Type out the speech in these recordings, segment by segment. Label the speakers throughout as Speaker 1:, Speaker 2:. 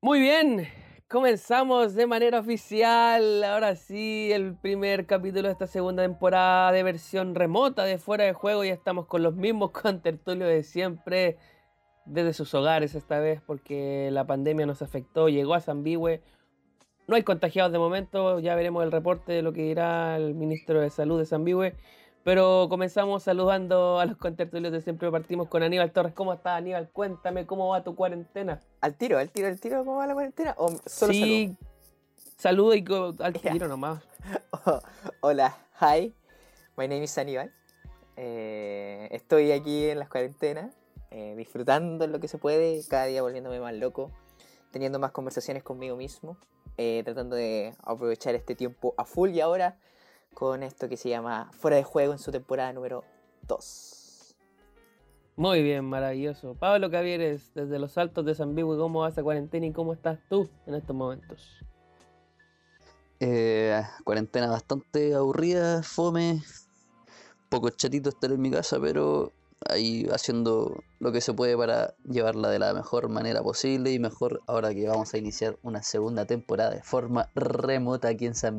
Speaker 1: Muy bien, comenzamos de manera oficial. Ahora sí, el primer capítulo de esta segunda temporada de versión remota de Fuera de Juego. Ya estamos con los mismos contertulios de siempre, desde sus hogares esta vez, porque la pandemia nos afectó. Llegó a Zambihue. No hay contagiados de momento, ya veremos el reporte de lo que dirá el ministro de Salud de Zambihue. Pero comenzamos saludando a los contertulios de siempre. Partimos con Aníbal Torres. ¿Cómo estás, Aníbal? Cuéntame cómo va tu cuarentena.
Speaker 2: Al tiro, al tiro, al tiro, ¿cómo va la cuarentena? O solo
Speaker 1: sí, saludo y co- al
Speaker 2: Ya.
Speaker 1: tiro nomás.
Speaker 2: saludo. Hola, hi. My name is Aníbal. Eh, estoy aquí en las cuarentenas, eh, disfrutando lo que se puede, cada día volviéndome más loco, teniendo más conversaciones conmigo mismo, eh, tratando de aprovechar este tiempo a full y ahora con esto que se llama Fuera de Juego en su temporada número 2.
Speaker 1: Muy bien, maravilloso. Pablo Cavieres, desde los altos de San Bigo, ¿cómo va esa cuarentena y cómo estás tú en estos momentos?
Speaker 3: Eh, cuarentena bastante aburrida, fome. Poco chatito estar en mi casa, pero ahí haciendo lo que se puede para llevarla de la mejor manera posible y mejor ahora que vamos a iniciar una segunda temporada de forma remota aquí en San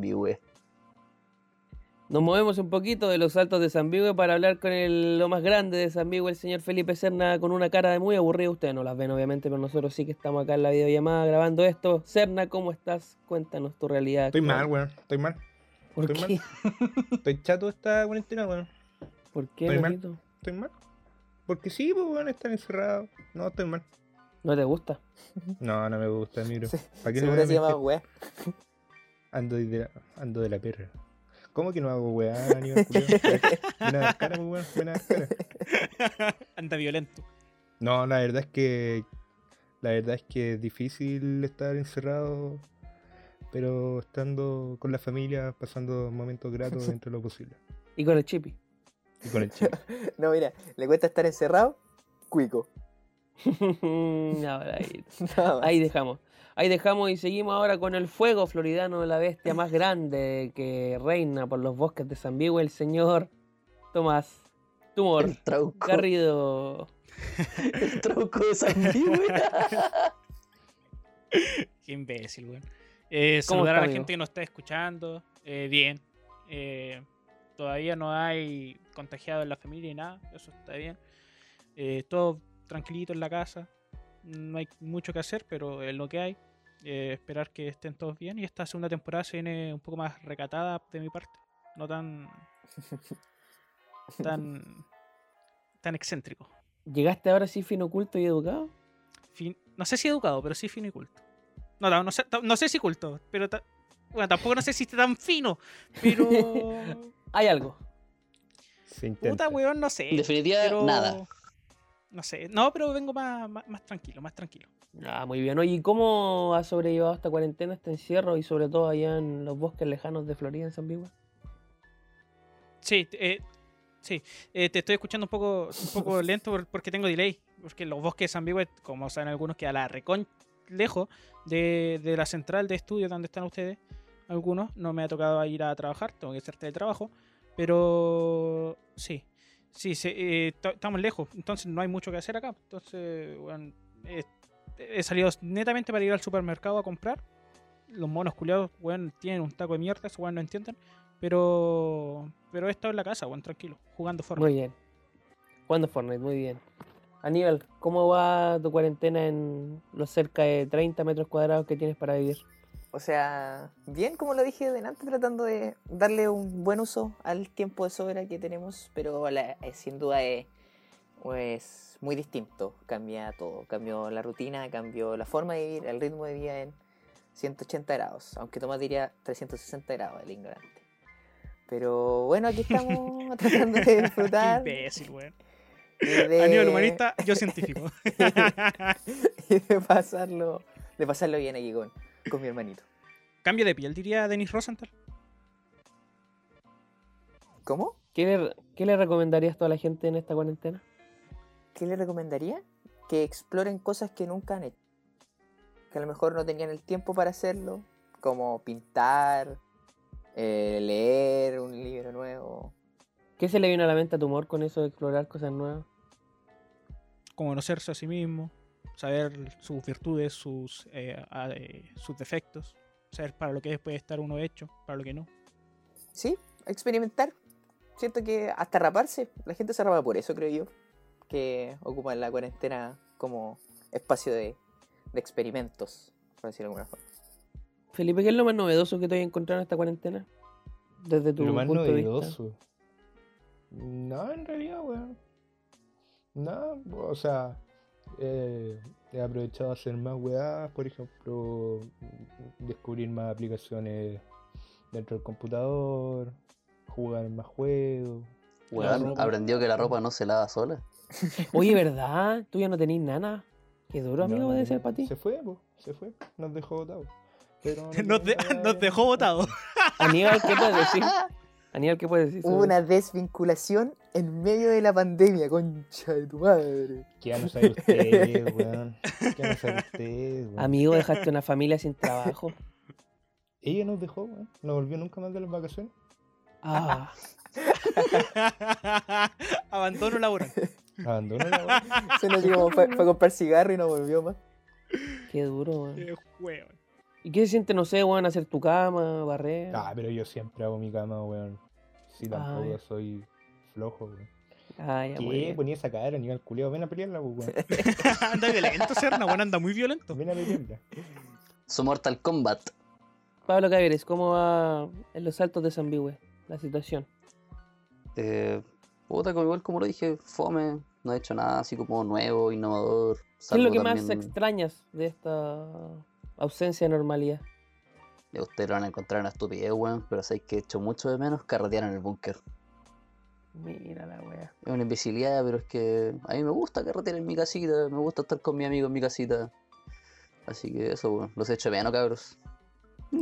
Speaker 1: Nos movemos un poquito de los altos de San Bigo para hablar con el, lo más grande de San Bigo, el señor Felipe Serna, con una cara de muy aburrido. Ustedes no las ven, obviamente, pero nosotros sí que estamos acá en la videollamada grabando esto. Serna, ¿cómo estás? Cuéntanos tu realidad.
Speaker 4: Estoy
Speaker 1: actual.
Speaker 4: mal, weón. Estoy mal.
Speaker 1: ¿Por
Speaker 4: estoy
Speaker 1: qué?
Speaker 4: Estoy chato de esta cuarentena, weón.
Speaker 1: ¿Por qué,
Speaker 4: Estoy mal.
Speaker 1: loquito?
Speaker 4: Estoy mal. Porque sí, pues, weón, estar encerrado. No, estoy mal.
Speaker 1: ¿No te gusta?
Speaker 4: No, no me gusta, miro.
Speaker 2: Se-
Speaker 4: ¿Para qué me voy
Speaker 2: Seguro
Speaker 4: a
Speaker 2: se llama
Speaker 4: mentir?
Speaker 2: weá.
Speaker 4: Ando de la, ando de la perra. ¿Cómo que no hago weá, Aníbal? culiao? Ven a dar cara, pues, weón. Ven a dar cara.
Speaker 5: Anda violento.
Speaker 4: No, la verdad es que. La verdad es que es difícil estar encerrado. Pero estando con la familia, pasando momentos gratos dentro de lo posible.
Speaker 1: Y con el chipi.
Speaker 4: Y con el chico.
Speaker 2: No, mira, le cuesta estar encerrado, cuico.
Speaker 1: Ahora ahí.
Speaker 2: Nada más.
Speaker 1: Ahí dejamos. Ahí dejamos y seguimos ahora con el fuego floridano, la bestia más grande que reina por los bosques de San Diego, el señor Tomás Tumor
Speaker 3: El trauco,
Speaker 1: Garrido.
Speaker 3: el trauco de San
Speaker 5: Qué imbécil, weón. Eh,
Speaker 1: ¿Cómo
Speaker 5: saludar
Speaker 1: está,
Speaker 5: a la
Speaker 1: amigo?
Speaker 5: gente que nos está escuchando. eh, bien. Eh, todavía no hay contagiado en la familia y nada. Eso está bien. Eh, todo tranquilito en la casa. No hay mucho que hacer, pero es lo que hay. Eh, esperar que estén todos bien. Y esta segunda temporada se viene un poco más recatada de mi parte. No tan. tan. tan excéntrico.
Speaker 1: ¿Llegaste ahora sí fino, culto y educado?
Speaker 5: fin- no sé si educado, pero sí fino y culto. No, no, no sé, ta- no sé si culto, pero ta- bueno, tampoco no sé si está tan fino, pero
Speaker 1: Hay algo.
Speaker 4: Se intenta.
Speaker 5: puta weón, no sé.
Speaker 3: En definitiva,
Speaker 5: pero-
Speaker 3: nada.
Speaker 5: No sé, no, pero vengo más, más, más tranquilo, más tranquilo.
Speaker 1: Ah, muy bien. Oye, ¿y cómo has sobrellevado esta cuarentena, este encierro y sobre todo allá en los bosques lejanos de Florida, en San Diego?
Speaker 5: Sí, eh, sí, eh, te estoy escuchando un poco, un poco lento por- porque tengo delay, porque los bosques de San Miguel, como saben algunos, que a la recon lejos de, de la central de estudio donde están ustedes, algunos, no me ha tocado ir a trabajar, tengo que hacer teletrabajo, pero sí, sí, se- eh, to- estamos lejos, entonces no hay mucho que hacer acá, entonces, bueno, eh, he salido netamente para ir al supermercado a comprar, los monos culiados, weón, tienen un taco de mierda, esos weón no entienden. Pero. Pero he estado en la casa, weón, tranquilo, jugando Fortnite.
Speaker 1: Muy bien. Jugando Fortnite, muy bien. Aníbal, ¿cómo va tu cuarentena en los cerca de 30 metros cuadrados que tienes para vivir?
Speaker 2: O sea, bien como lo dije delante, tratando de darle un buen uso al tiempo de sobra que tenemos, pero la- eh, sin duda es pues, muy distinto. Cambia todo, cambió la rutina, cambió la forma de vivir, el ritmo de vida en 180 grados, aunque Tomás diría 360 grados, el ignorante. Pero bueno, aquí estamos tratando de disfrutar.
Speaker 5: Qué imbécil, weón.
Speaker 2: y de-
Speaker 5: A nivel humanista, yo científico.
Speaker 2: y de pasarlo, de pasarlo bien aquí con, con mi hermanito.
Speaker 5: Cambio de piel, diría Denis Rosenthal.
Speaker 2: ¿Cómo?
Speaker 1: ¿Qué le, qué le recomendarías tú a la gente en esta cuarentena?
Speaker 2: ¿qué les recomendaría? Que exploren cosas que nunca han hecho. Que a lo mejor no tenían el tiempo para hacerlo, como pintar, eh, leer un libro nuevo.
Speaker 1: ¿Qué se le viene a la mente a tu humor con eso de explorar cosas nuevas?
Speaker 5: Como conocerse a sí mismo. saber sus virtudes, sus, eh, a- eh, sus defectos, saber para lo que puede estar uno hecho, para lo que no.
Speaker 2: Sí, experimentar. Siento que hasta raparse, la gente se rapa por eso, creo yo. Que ocupa la cuarentena como espacio de, de experimentos, por decirlo de alguna forma.
Speaker 1: Felipe, ¿qué es lo más novedoso que te hayas encontrado en esta cuarentena? Desde tu
Speaker 4: Lo más
Speaker 1: punto de vista.
Speaker 4: novedoso. No, en realidad, weón. No, o sea, eh, he aprovechado a hacer más weas, por ejemplo, descubrir más aplicaciones dentro del computador, jugar más juegos.
Speaker 3: Weón,
Speaker 4: ropa.
Speaker 3: aprendió que la ropa no se lava sola.
Speaker 1: Oye, ¿verdad? Tú ya no tenés nana. Qué duro, amigo,
Speaker 4: No,
Speaker 1: debe ser para ti.
Speaker 4: Se fue, po, se fue, nos dejó botados. Pero no
Speaker 5: Nos, de-
Speaker 4: tenemos nada
Speaker 5: nos
Speaker 4: de-
Speaker 5: dejó botado.
Speaker 1: Aníbal, ¿qué puedes decir? Aníbal, ¿qué puedes decir?
Speaker 2: Hubo
Speaker 1: sobre
Speaker 2: una desvinculación en medio de la pandemia, concha de tu madre.
Speaker 4: ¿Qué van a saber ustedes, weón? ¿Qué van a saber ustedes, weón?
Speaker 1: Amigo, dejaste una familia sin trabajo.
Speaker 4: Ella nos dejó, weón. No volvió nunca más de las vacaciones.
Speaker 1: Ah,
Speaker 5: Abandono laboral.
Speaker 4: Abandonó la weá.
Speaker 2: Se nos llegó para comprar cigarro y no volvió más.
Speaker 1: qué duro, weón.
Speaker 5: Qué hueón.
Speaker 1: ¿Y qué se siente, no sé, weón, hacer tu cama, barrer?
Speaker 4: Ah, pero yo siempre hago mi cama, weón. Si tampoco
Speaker 1: Ay.
Speaker 4: soy flojo, weón.
Speaker 1: Ah, ya, muy
Speaker 4: ¿Qué?
Speaker 1: bien.
Speaker 4: Ponía esa cadera, nivel culiao. Ven a pelearla, pues, weón.
Speaker 5: anda violento, Serna, weón, anda muy violento.
Speaker 4: Ven a pelearla.
Speaker 3: Su Mortal Kombat.
Speaker 1: Pablo Cáveres, ¿cómo va en los saltos de Zambihue la situación?
Speaker 3: Eh, puta, como igual como lo dije, fome. No he hecho nada así como nuevo, innovador.
Speaker 1: ¿Qué es lo
Speaker 3: salvo
Speaker 1: que más
Speaker 3: también-
Speaker 1: extrañas de esta ausencia de normalidad?
Speaker 3: Eh, Ustedes lo van a encontrar una estupidez, weón. Pero sabéis que he hecho mucho de menos carretear en el búnker.
Speaker 1: Mira la wea.
Speaker 3: Es una imbecilidad, pero es que a mí me gusta carretear en mi casita. Me gusta estar con mi amigo en mi casita. Así que eso, weón. Los he hecho de menos, cabros.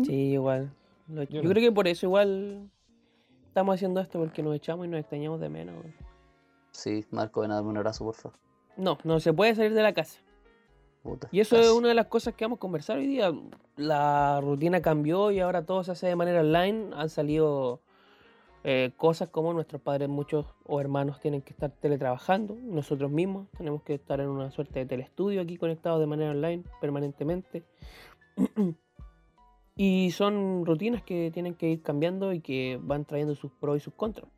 Speaker 1: Sí, igual. Lo- yo
Speaker 4: no.
Speaker 1: creo que por eso igual estamos haciendo esto, porque nos echamos y nos extrañamos de menos. weón.
Speaker 3: Sí, Marco, ven a darme un abrazo, porfa.
Speaker 1: No, no se puede salir de la casa.
Speaker 3: Puta,
Speaker 1: Y eso
Speaker 3: casi.
Speaker 1: es una de las cosas que vamos a conversar hoy día. La rutina cambió y ahora todo se hace de manera online. Han salido eh, cosas como nuestros padres, muchos o hermanos tienen que estar teletrabajando. Nosotros mismos tenemos que estar en una suerte de telestudio aquí conectados de manera online permanentemente. y son rutinas que tienen que ir cambiando y que van trayendo sus pros y sus contras.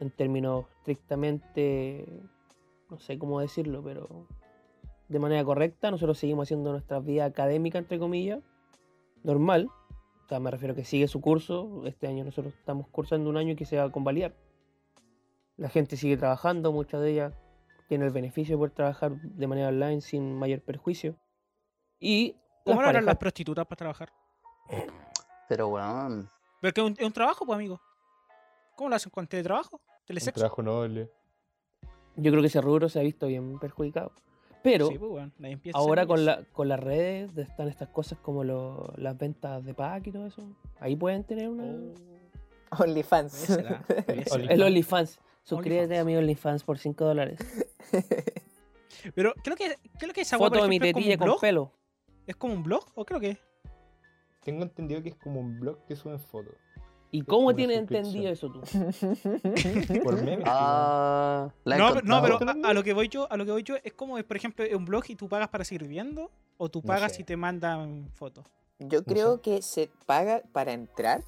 Speaker 1: En términos estrictamente, no sé cómo decirlo, pero de manera correcta. Nosotros seguimos haciendo nuestra vida académica, entre comillas, normal. O sea, me refiero que sigue su curso. Este año nosotros estamos cursando un año que se va a convalidar. La gente sigue trabajando, muchas de ellas tienen el beneficio de poder trabajar de manera online sin mayor perjuicio. Y
Speaker 5: ¿Cómo
Speaker 1: las
Speaker 5: harán las
Speaker 1: parejas-
Speaker 5: prostitutas para trabajar?
Speaker 3: Pero, weón.
Speaker 5: Porque es un, es un trabajo, pues, amigo. ¿Cómo lo hacen con teletrabajo?
Speaker 4: Un
Speaker 5: Telesexo.
Speaker 4: trabajo noble.
Speaker 1: yo creo que ese rubro se ha visto bien perjudicado. Pero
Speaker 5: Sí, pues, weón, nadie empieza a hacer
Speaker 1: ahora con,
Speaker 5: niños.
Speaker 1: la, con las redes están estas cosas como lo- las ventas de pack y todo eso. Ahí pueden tener una...
Speaker 5: Oh.
Speaker 2: OnlyFans.
Speaker 5: Puede ser, ah, puede ser.
Speaker 4: Only-
Speaker 1: El OnlyFans. Suscríbete
Speaker 5: OnlyFans.
Speaker 1: a mi OnlyFans por 5 dólares.
Speaker 5: Pero creo que, creo que esa weá,
Speaker 1: Foto
Speaker 5: por
Speaker 1: de mi
Speaker 5: ejemplo, es como
Speaker 1: tetilla
Speaker 5: un
Speaker 1: con
Speaker 5: blog.
Speaker 1: pelo.
Speaker 5: ¿Es como un blog? ¿O creo que?
Speaker 4: Tengo entendido que es como un blog que suben fotos.
Speaker 1: ¿Y cómo
Speaker 4: una
Speaker 1: tienes
Speaker 4: suscripción.
Speaker 1: entendido eso tú?
Speaker 4: Por memes.
Speaker 3: Ah, la he
Speaker 5: No, pero- no,
Speaker 3: encontrado.
Speaker 5: pero a, a lo que voy yo, a lo que voy yo es como, por ejemplo, es un blog y tú pagas para seguir viendo o tú
Speaker 4: No
Speaker 5: pagas
Speaker 4: sé.
Speaker 5: y te mandan fotos
Speaker 2: Yo creo
Speaker 4: sé.
Speaker 2: que se paga para entrar,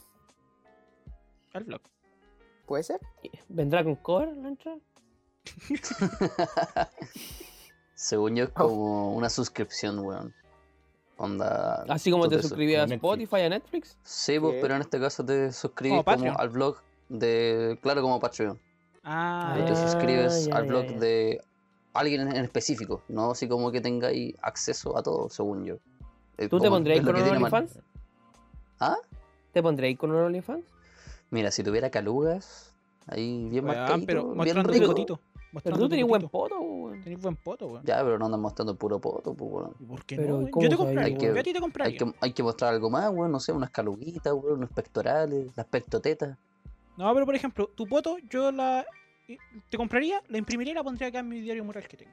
Speaker 5: al blog.
Speaker 2: ¿puede ser?
Speaker 1: ¿Vendrá con cover la entrada?
Speaker 3: Según yo es
Speaker 1: Oh.
Speaker 3: como una suscripción, weón. Onda.
Speaker 1: Así como te
Speaker 3: tú sus-
Speaker 1: suscribías a
Speaker 4: como
Speaker 1: Spotify, a Netflix.
Speaker 3: Sí, pues,
Speaker 2: ¿Qué?
Speaker 3: pero en este caso te suscribes
Speaker 5: Como
Speaker 3: como,
Speaker 5: Patreon.
Speaker 3: al blog de. Claro, como Patreon.
Speaker 5: Ah,
Speaker 3: Y te
Speaker 1: Ah,
Speaker 3: suscribes
Speaker 1: ya,
Speaker 3: al
Speaker 1: ya,
Speaker 3: blog
Speaker 1: ya.
Speaker 3: de alguien en en específico, ¿no? Así como que tengáis acceso a todo, según yo. Eh,
Speaker 1: ¿Tú te
Speaker 3: como-
Speaker 1: pondrías
Speaker 3: es lo
Speaker 1: con
Speaker 3: que
Speaker 1: un
Speaker 3: tiene mal-
Speaker 1: OnlyFans?
Speaker 3: ¿Ah?
Speaker 1: ¿Te pondrías con un OnlyFans?
Speaker 3: Mira, si tuviera calugas, ahí bien
Speaker 5: weón,
Speaker 3: marcadito,
Speaker 5: pero
Speaker 3: bien
Speaker 5: mostrando tu
Speaker 3: rico.
Speaker 5: potito.
Speaker 1: Pero
Speaker 5: Mostrando
Speaker 1: tú
Speaker 5: tu
Speaker 1: tenés buen
Speaker 5: potito.
Speaker 1: poto, weón.
Speaker 5: Tenés buen poto, weón.
Speaker 3: Ya, pero no andan mostrando puro poto, pues, weón.
Speaker 5: ¿Y por qué
Speaker 1: Pero,
Speaker 5: no?
Speaker 1: ¿y
Speaker 5: weón?
Speaker 1: cómo
Speaker 5: Yo te
Speaker 1: sabes?
Speaker 5: compraría,
Speaker 3: Hay que-
Speaker 5: weón. Yo a ti te compraría.
Speaker 3: Hay que, hay que mostrar algo más, weón, no sé, unas caluguitas, weón, unos pectorales, las pectotetas.
Speaker 5: No, pero por ejemplo, tu poto yo la eh, te compraría, la imprimiría y la pondría acá en mi diario mural que tengo.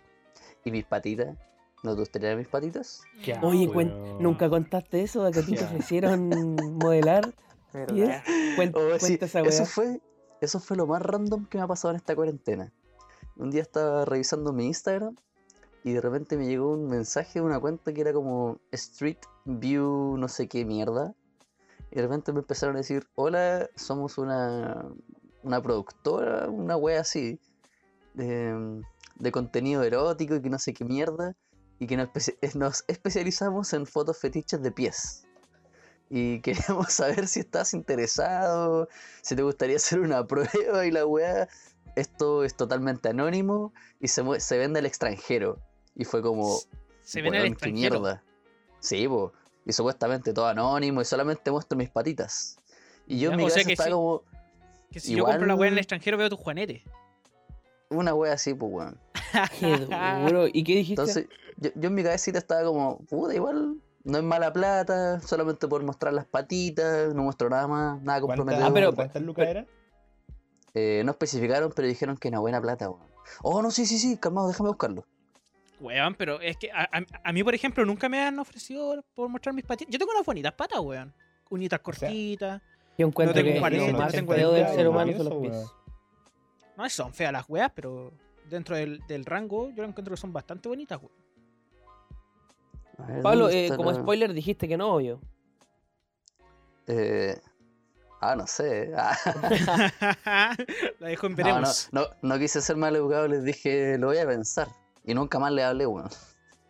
Speaker 3: ¿Y mis patitas? ¿No te gustaría mis patitas?
Speaker 4: Qué
Speaker 5: No,
Speaker 1: Oye,
Speaker 4: asco,
Speaker 1: cuen-
Speaker 4: weón.
Speaker 1: nunca contaste eso de que a ti te
Speaker 4: Ya.
Speaker 1: ofrecieron modelar. ¿Y
Speaker 2: ¿Verdad?
Speaker 1: es? Cuen-
Speaker 3: Oh, sí,
Speaker 1: Cuenta esa weá.
Speaker 3: eso fue, eso fue lo más random que me ha pasado en esta cuarentena. Un día estaba revisando mi Instagram y de repente me llegó un mensaje de una cuenta que era como Street View no sé qué mierda. Y de repente me empezaron a decir, hola, somos una, una productora, una wea así, Em, de, de contenido erótico y que no sé qué mierda, y que nos, espe- nos especializamos en fotos fetiches de pies. Y queremos saber si estás interesado, si te gustaría hacer una prueba y la wea. Esto es totalmente anónimo y se, mue- se vende al extranjero. Y fue como,
Speaker 5: Se ven al
Speaker 3: Weón, qué
Speaker 5: extranjero.
Speaker 3: mierda. Sí, po. Y supuestamente todo anónimo y solamente muestro mis patitas. Y yo
Speaker 5: Ya,
Speaker 3: en mi
Speaker 5: o sea
Speaker 3: casa
Speaker 5: que
Speaker 3: estaba
Speaker 5: sí.
Speaker 3: como
Speaker 5: Que si yo compro la
Speaker 3: Igual-
Speaker 5: wea en el extranjero veo tus juanetes.
Speaker 3: una wea así, pues weón.
Speaker 1: Qué duro. ¿Y qué dijiste?
Speaker 3: Entonces, yo, yo en mi cabecita estaba como, puta, igual, no es mala plata, solamente por mostrar las patitas, no muestro nada más, nada
Speaker 4: ¿Cuántas
Speaker 3: comprometedor.
Speaker 1: Ah, pero-
Speaker 4: cuántas lucas eran?
Speaker 3: Eh, no especificaron, pero dijeron que una buena plata, weón. Oh, no, sí, sí, sí, calmado, déjame buscarlo.
Speaker 5: Weón, pero es que a, a- a mí, por ejemplo, nunca me han ofrecido por mostrar mis patitas. Yo tengo unas bonitas patas, weón. Uñitas cortitas.
Speaker 1: Yo encuentro
Speaker 5: tengo
Speaker 1: que
Speaker 5: juanete,
Speaker 1: lo
Speaker 5: no
Speaker 1: más
Speaker 5: tengo
Speaker 1: feo del
Speaker 5: dedo,
Speaker 1: ser
Speaker 5: no
Speaker 1: humano
Speaker 4: tengo
Speaker 1: son los
Speaker 4: eso,
Speaker 1: pies.
Speaker 4: weón.
Speaker 5: No son feas las weas, pero dentro del, del rango yo encuentro que son bastante bonitas, weón.
Speaker 3: A ver,
Speaker 1: Pablo,
Speaker 3: ¿dónde
Speaker 1: eh,
Speaker 3: está
Speaker 1: como
Speaker 3: la-
Speaker 1: spoiler dijiste que no, obvio.
Speaker 3: Eh, ah, no sé. Ah.
Speaker 5: la dejo en
Speaker 3: No, no,
Speaker 5: veremos.
Speaker 3: no, no quise ser mal educado, les dije, lo voy a pensar. Y nunca más le hablé, weón.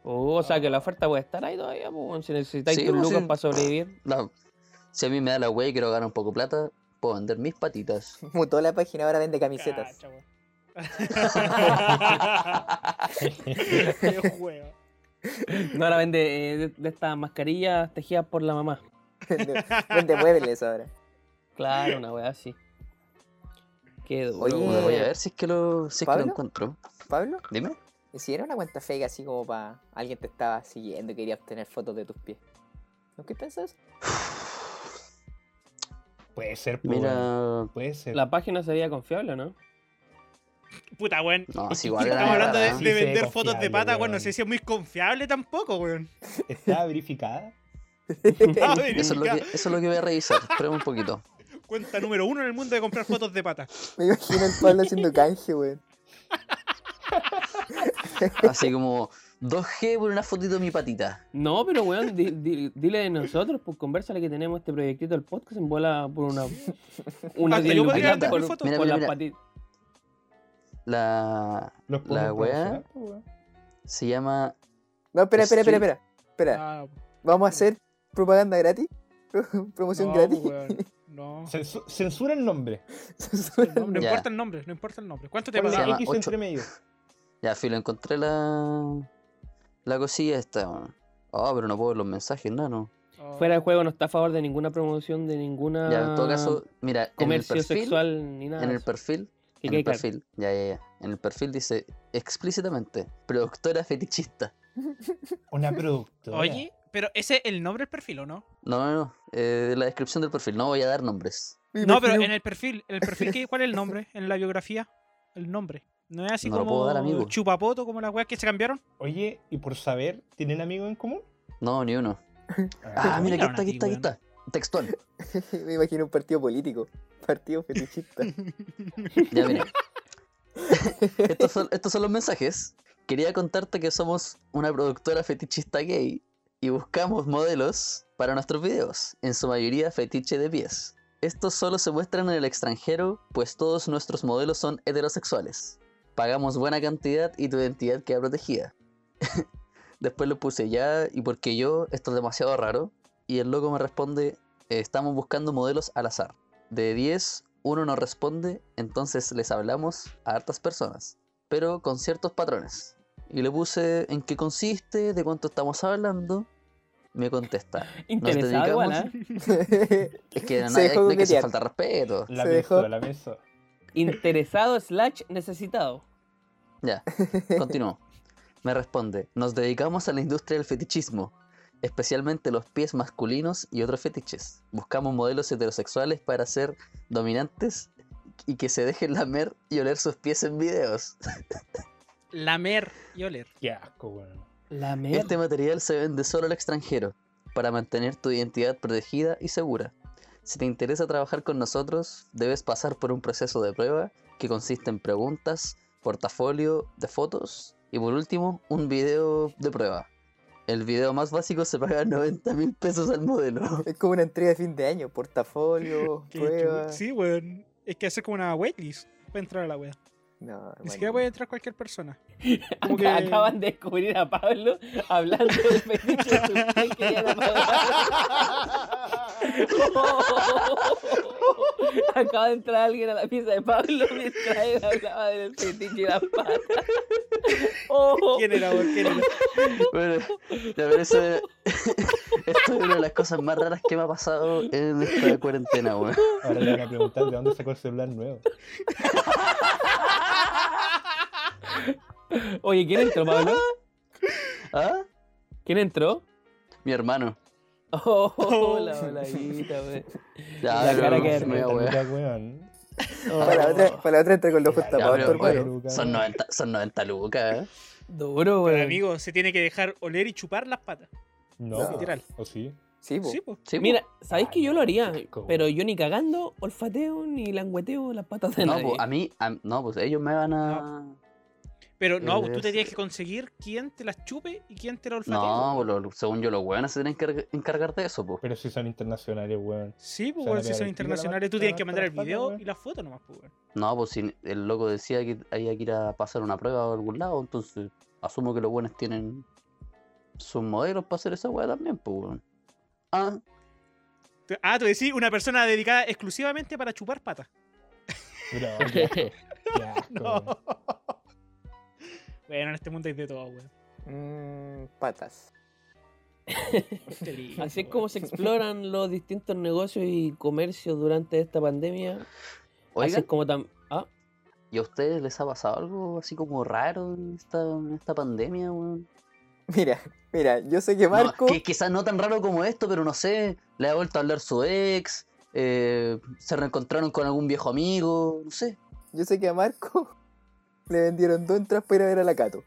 Speaker 1: Oh, o sea que la oferta puede estar ahí todavía, pues, weón, si necesitáis
Speaker 3: Sí,
Speaker 1: tus
Speaker 3: pues,
Speaker 1: lucas
Speaker 3: sí.
Speaker 1: para sobrevivir.
Speaker 3: No, Si a mí me da la wea y quiero ganar un poco de plata, puedo vender mis patitas.
Speaker 2: Mutó la página, ahora vende camisetas.
Speaker 5: Cacha, weón. Qué weón.
Speaker 1: No, ahora vende eh, de, de estas mascarillas tejidas por la mamá.
Speaker 2: Vende, vende muebles ahora.
Speaker 1: Claro, una weá así. Qué duro.
Speaker 2: Oye,
Speaker 1: weón.
Speaker 3: Bueno, voy a ver si es que lo, si es que lo
Speaker 2: ¿Pablo?
Speaker 3: encuentro.
Speaker 2: Pablo,
Speaker 3: Dime.
Speaker 2: ¿y si era una cuenta fake así como para alguien te estaba siguiendo y quería obtener fotos de tus pies? ¿No qué pensás?
Speaker 4: Puede ser, po, weón.
Speaker 3: Mira.
Speaker 4: Puede ser.
Speaker 1: La página se veía confiable, ¿o ¿no?
Speaker 5: Puta, weón.
Speaker 3: No, es igual. ¿eh?
Speaker 5: Estamos
Speaker 3: era-
Speaker 5: hablando de,
Speaker 4: Sí,
Speaker 5: de
Speaker 4: se ve
Speaker 5: vender fotos de
Speaker 4: confiable,
Speaker 5: patas, weón. No
Speaker 4: weón.
Speaker 5: sé si es muy confiable tampoco, weón.
Speaker 4: ¿Está verificada?
Speaker 5: Ah,
Speaker 3: Eso es, lo que,
Speaker 5: verifica.
Speaker 3: eso es lo que voy a revisar. Esperemos un poquito.
Speaker 5: Cuenta número uno en el mundo de comprar fotos de patas.
Speaker 2: Me imagino el Pablo haciendo canje, weón.
Speaker 3: Así como 2G por una fotito de mi patita.
Speaker 1: No, pero weón, di- di- dile de nosotros, pues conversale que tenemos este proyectito del podcast en bola por una. una
Speaker 3: Ah,
Speaker 5: Hasta
Speaker 1: diez
Speaker 5: yo
Speaker 1: luquitas
Speaker 5: podría vender
Speaker 1: por,
Speaker 5: mi foto.
Speaker 1: por
Speaker 3: Mira, mira,
Speaker 1: las
Speaker 3: mira.
Speaker 1: patitas.
Speaker 3: La.
Speaker 4: Los
Speaker 3: La
Speaker 4: podemos
Speaker 3: weá.
Speaker 4: promocionar, po, weón.
Speaker 3: Se llama.
Speaker 2: No, espera, espera, espera,
Speaker 3: Street.
Speaker 2: espera.
Speaker 3: Eh.
Speaker 2: Espera,
Speaker 5: Ah,
Speaker 2: ¿vamos a hacer propaganda gratis? ¿Promoción
Speaker 5: no,
Speaker 2: gratis?
Speaker 5: weón, No.
Speaker 4: Censu- Censura el nombre.
Speaker 5: No, no
Speaker 3: Ya.
Speaker 5: importa el nombre, no importa el nombre. ¿Cuánto te
Speaker 4: Ponle
Speaker 5: pagaron?
Speaker 3: llama
Speaker 4: X
Speaker 3: ocho.
Speaker 4: entre medio.
Speaker 3: Ya, filo, encontré la. La cosilla esta. weón. Ah, pero no puedo ver los mensajes, nano.
Speaker 5: Oh,
Speaker 1: Fuera de juego no está a favor de ninguna promoción, de ninguna.
Speaker 3: Ya, en todo caso, mira, en el
Speaker 1: Ah, comercio
Speaker 3: perfil.
Speaker 1: sexual ah, ni nada.
Speaker 3: En
Speaker 1: de
Speaker 3: el
Speaker 1: eso.
Speaker 3: perfil
Speaker 1: Que
Speaker 3: En
Speaker 1: quede
Speaker 3: el
Speaker 1: claro.
Speaker 3: perfil, ya, ya, ya. En el perfil dice explícitamente, productora fetichista.
Speaker 4: Una productora.
Speaker 5: Oye, pero ese es el nombre del perfil, ¿o no?
Speaker 3: No, no, no. eh, la descripción del perfil, no voy a dar nombres.
Speaker 2: Me
Speaker 5: No, pero
Speaker 2: imagino-
Speaker 5: en el perfil, en el perfil ¿qué- ¿cuál es el nombre? En la biografía, el nombre. No es así
Speaker 3: No lo puedo
Speaker 5: como
Speaker 3: dar, amigo.
Speaker 5: chupapoto, como las weas que se cambiaron.
Speaker 4: Oye, y por saber, ¿tienen amigos en común?
Speaker 3: No, ni uno.
Speaker 5: Ah,
Speaker 3: Ah, mira, aquí
Speaker 5: mira,
Speaker 3: está, aquí
Speaker 5: Nati,
Speaker 3: está, aquí
Speaker 5: weón.
Speaker 3: está. Textual.
Speaker 2: Me imagino un partido político. Partido fetichista.
Speaker 3: Ya, mira. estos, son, estos son los mensajes. Quería contarte que somos una productora fetichista gay y buscamos modelos para nuestros videos, en su mayoría fetiche de pies. Estos solo se muestran en el extranjero, pues todos nuestros modelos son heterosexuales. Pagamos buena cantidad y tu identidad queda protegida. Después lo puse ya, y porque yo, esto es demasiado raro. Y el loco me responde, "Eh, estamos buscando modelos al azar. De 10, uno no responde, entonces les hablamos a hartas personas, pero con ciertos patrones. Y le puse en qué consiste, de cuánto estamos hablando. Me contesta.
Speaker 1: Interesado,
Speaker 3: dedicamos-
Speaker 1: igual, ¿ah?
Speaker 3: Es que no,
Speaker 2: Se
Speaker 3: hay-
Speaker 2: dejó
Speaker 3: no hay que
Speaker 2: coquetear.
Speaker 3: hacer falta de respeto.
Speaker 4: La
Speaker 2: Se
Speaker 4: pensó,
Speaker 2: dejó.
Speaker 4: la pensó.
Speaker 1: Interesado slash necesitado.
Speaker 3: Ya, continúo. Me responde, nos dedicamos a la industria del fetichismo, especialmente los pies masculinos y otros fetiches. Buscamos modelos heterosexuales para ser dominantes y que se dejen lamer y oler sus pies en videos.
Speaker 5: Lamer y oler.
Speaker 4: Qué asco, weón.
Speaker 1: La mierda.
Speaker 3: Este material se vende solo al extranjero, para mantener tu identidad protegida y segura. Si te interesa trabajar con nosotros, debes pasar por un proceso de prueba que consiste en preguntas, portafolio de fotos Y por último, un video de prueba. El video más básico se paga 90 mil pesos al modelo.
Speaker 2: Es como una entrega de fin de año, portafolio,
Speaker 5: Qué chu-
Speaker 2: prueba.
Speaker 5: Sí, weón. Es que hace como una waitlist para entrar a la wea.
Speaker 2: No,
Speaker 5: Ni siquiera
Speaker 2: hermano.
Speaker 5: puede entrar cualquier persona. Como
Speaker 1: Ac-
Speaker 5: que-
Speaker 1: Acaban de descubrir a Pablo hablando del fetiche de sus pies que ya no podrá. Acaba de entrar alguien a la pieza de Pablo mientras él hablaba del fetiche de las patas. Oh,
Speaker 5: ¿Quién era, weón? ¿Quién era?
Speaker 3: Bueno, la verdad, eso- esto es una de las cosas más raras que me ha pasado en esta cuarentena, weón.
Speaker 4: Ahora le van a preguntar de dónde sacó el celular nuevo.
Speaker 1: Oye, ¿quién entró, Pablo?
Speaker 3: ¿Ah?
Speaker 1: ¿Quién entró?
Speaker 3: Mi hermano.
Speaker 1: Oh, la voladita, wey.
Speaker 3: Ya,
Speaker 1: La
Speaker 3: pero
Speaker 1: cara que
Speaker 3: me
Speaker 1: es
Speaker 3: voy a
Speaker 4: Esta
Speaker 3: wear.
Speaker 4: luca, weón.
Speaker 2: Para
Speaker 1: Oh,
Speaker 2: la otra, para la otra entra con los ojos
Speaker 4: Ya,
Speaker 3: Ya,
Speaker 2: tapados,
Speaker 3: pero,
Speaker 2: todo el
Speaker 3: bueno,
Speaker 2: rato.
Speaker 4: Lucas.
Speaker 3: son 90, son 90 lucas, ¿eh?
Speaker 1: Duro,
Speaker 5: Pero,
Speaker 1: güey.
Speaker 5: amigo, se tiene que dejar oler y chupar las patas.
Speaker 4: No,
Speaker 2: No.
Speaker 4: po.
Speaker 5: Literal.
Speaker 4: ¿o sí?
Speaker 2: Sí, po.
Speaker 5: Sí, pues.
Speaker 3: Sí, po.
Speaker 1: Mira, ¿sabéis que yo lo haría?
Speaker 4: Ay, qué
Speaker 1: Pero yo ni cagando, olfateo, ni langueteo las patas de
Speaker 3: no,
Speaker 1: nadie.
Speaker 3: pues a mí, a- no, pues ellos me van a.
Speaker 5: Pero no,
Speaker 3: Eh,
Speaker 5: tú te tienes que conseguir quién te las chupe y quién te las olfatee.
Speaker 3: No, pues, lo- según yo, los weones se tienen que encargar- encargar de eso, pues.
Speaker 4: Pero si son internacionales, weón.
Speaker 5: Sí, pues,
Speaker 4: Se van a pegar
Speaker 5: weón, si
Speaker 4: el
Speaker 5: son
Speaker 4: pico a la
Speaker 5: internacionales, tú
Speaker 4: mano,
Speaker 5: tienes
Speaker 4: se
Speaker 5: que
Speaker 4: van a
Speaker 5: mandar el
Speaker 4: hartar las
Speaker 5: video
Speaker 4: patas,
Speaker 5: y la foto nomás, pues, weón.
Speaker 3: No, pues si el loco decía que había que ir a pasar una prueba a algún lado, entonces asumo que los buenos tienen sus modelos para hacer esa weá también, pues weón. Ah,
Speaker 5: Tú- Ah, tú decís una persona dedicada exclusivamente para chupar patas.
Speaker 4: Pero, qué asco, qué asco,
Speaker 5: No.
Speaker 4: weón.
Speaker 5: bueno, en este mundo hay de todo, weón.
Speaker 2: Mm, patas.
Speaker 5: Qué lindo,
Speaker 1: Así es
Speaker 5: weón.
Speaker 1: como se exploran los distintos negocios y comercios durante esta pandemia. Así
Speaker 3: oigan,
Speaker 1: es como tam- Ah,
Speaker 3: ¿y a ustedes les ha pasado algo así como raro en esta, en esta pandemia, weón?
Speaker 2: Mira, mira, yo sé que
Speaker 3: No,
Speaker 2: Marco.
Speaker 3: que quizás no tan raro como esto, pero no sé, le ha vuelto a hablar su ex, eh, se reencontraron con algún viejo amigo, no sé.
Speaker 2: Yo sé que a Marco le vendieron dos entradas para ir a ver a la Cato.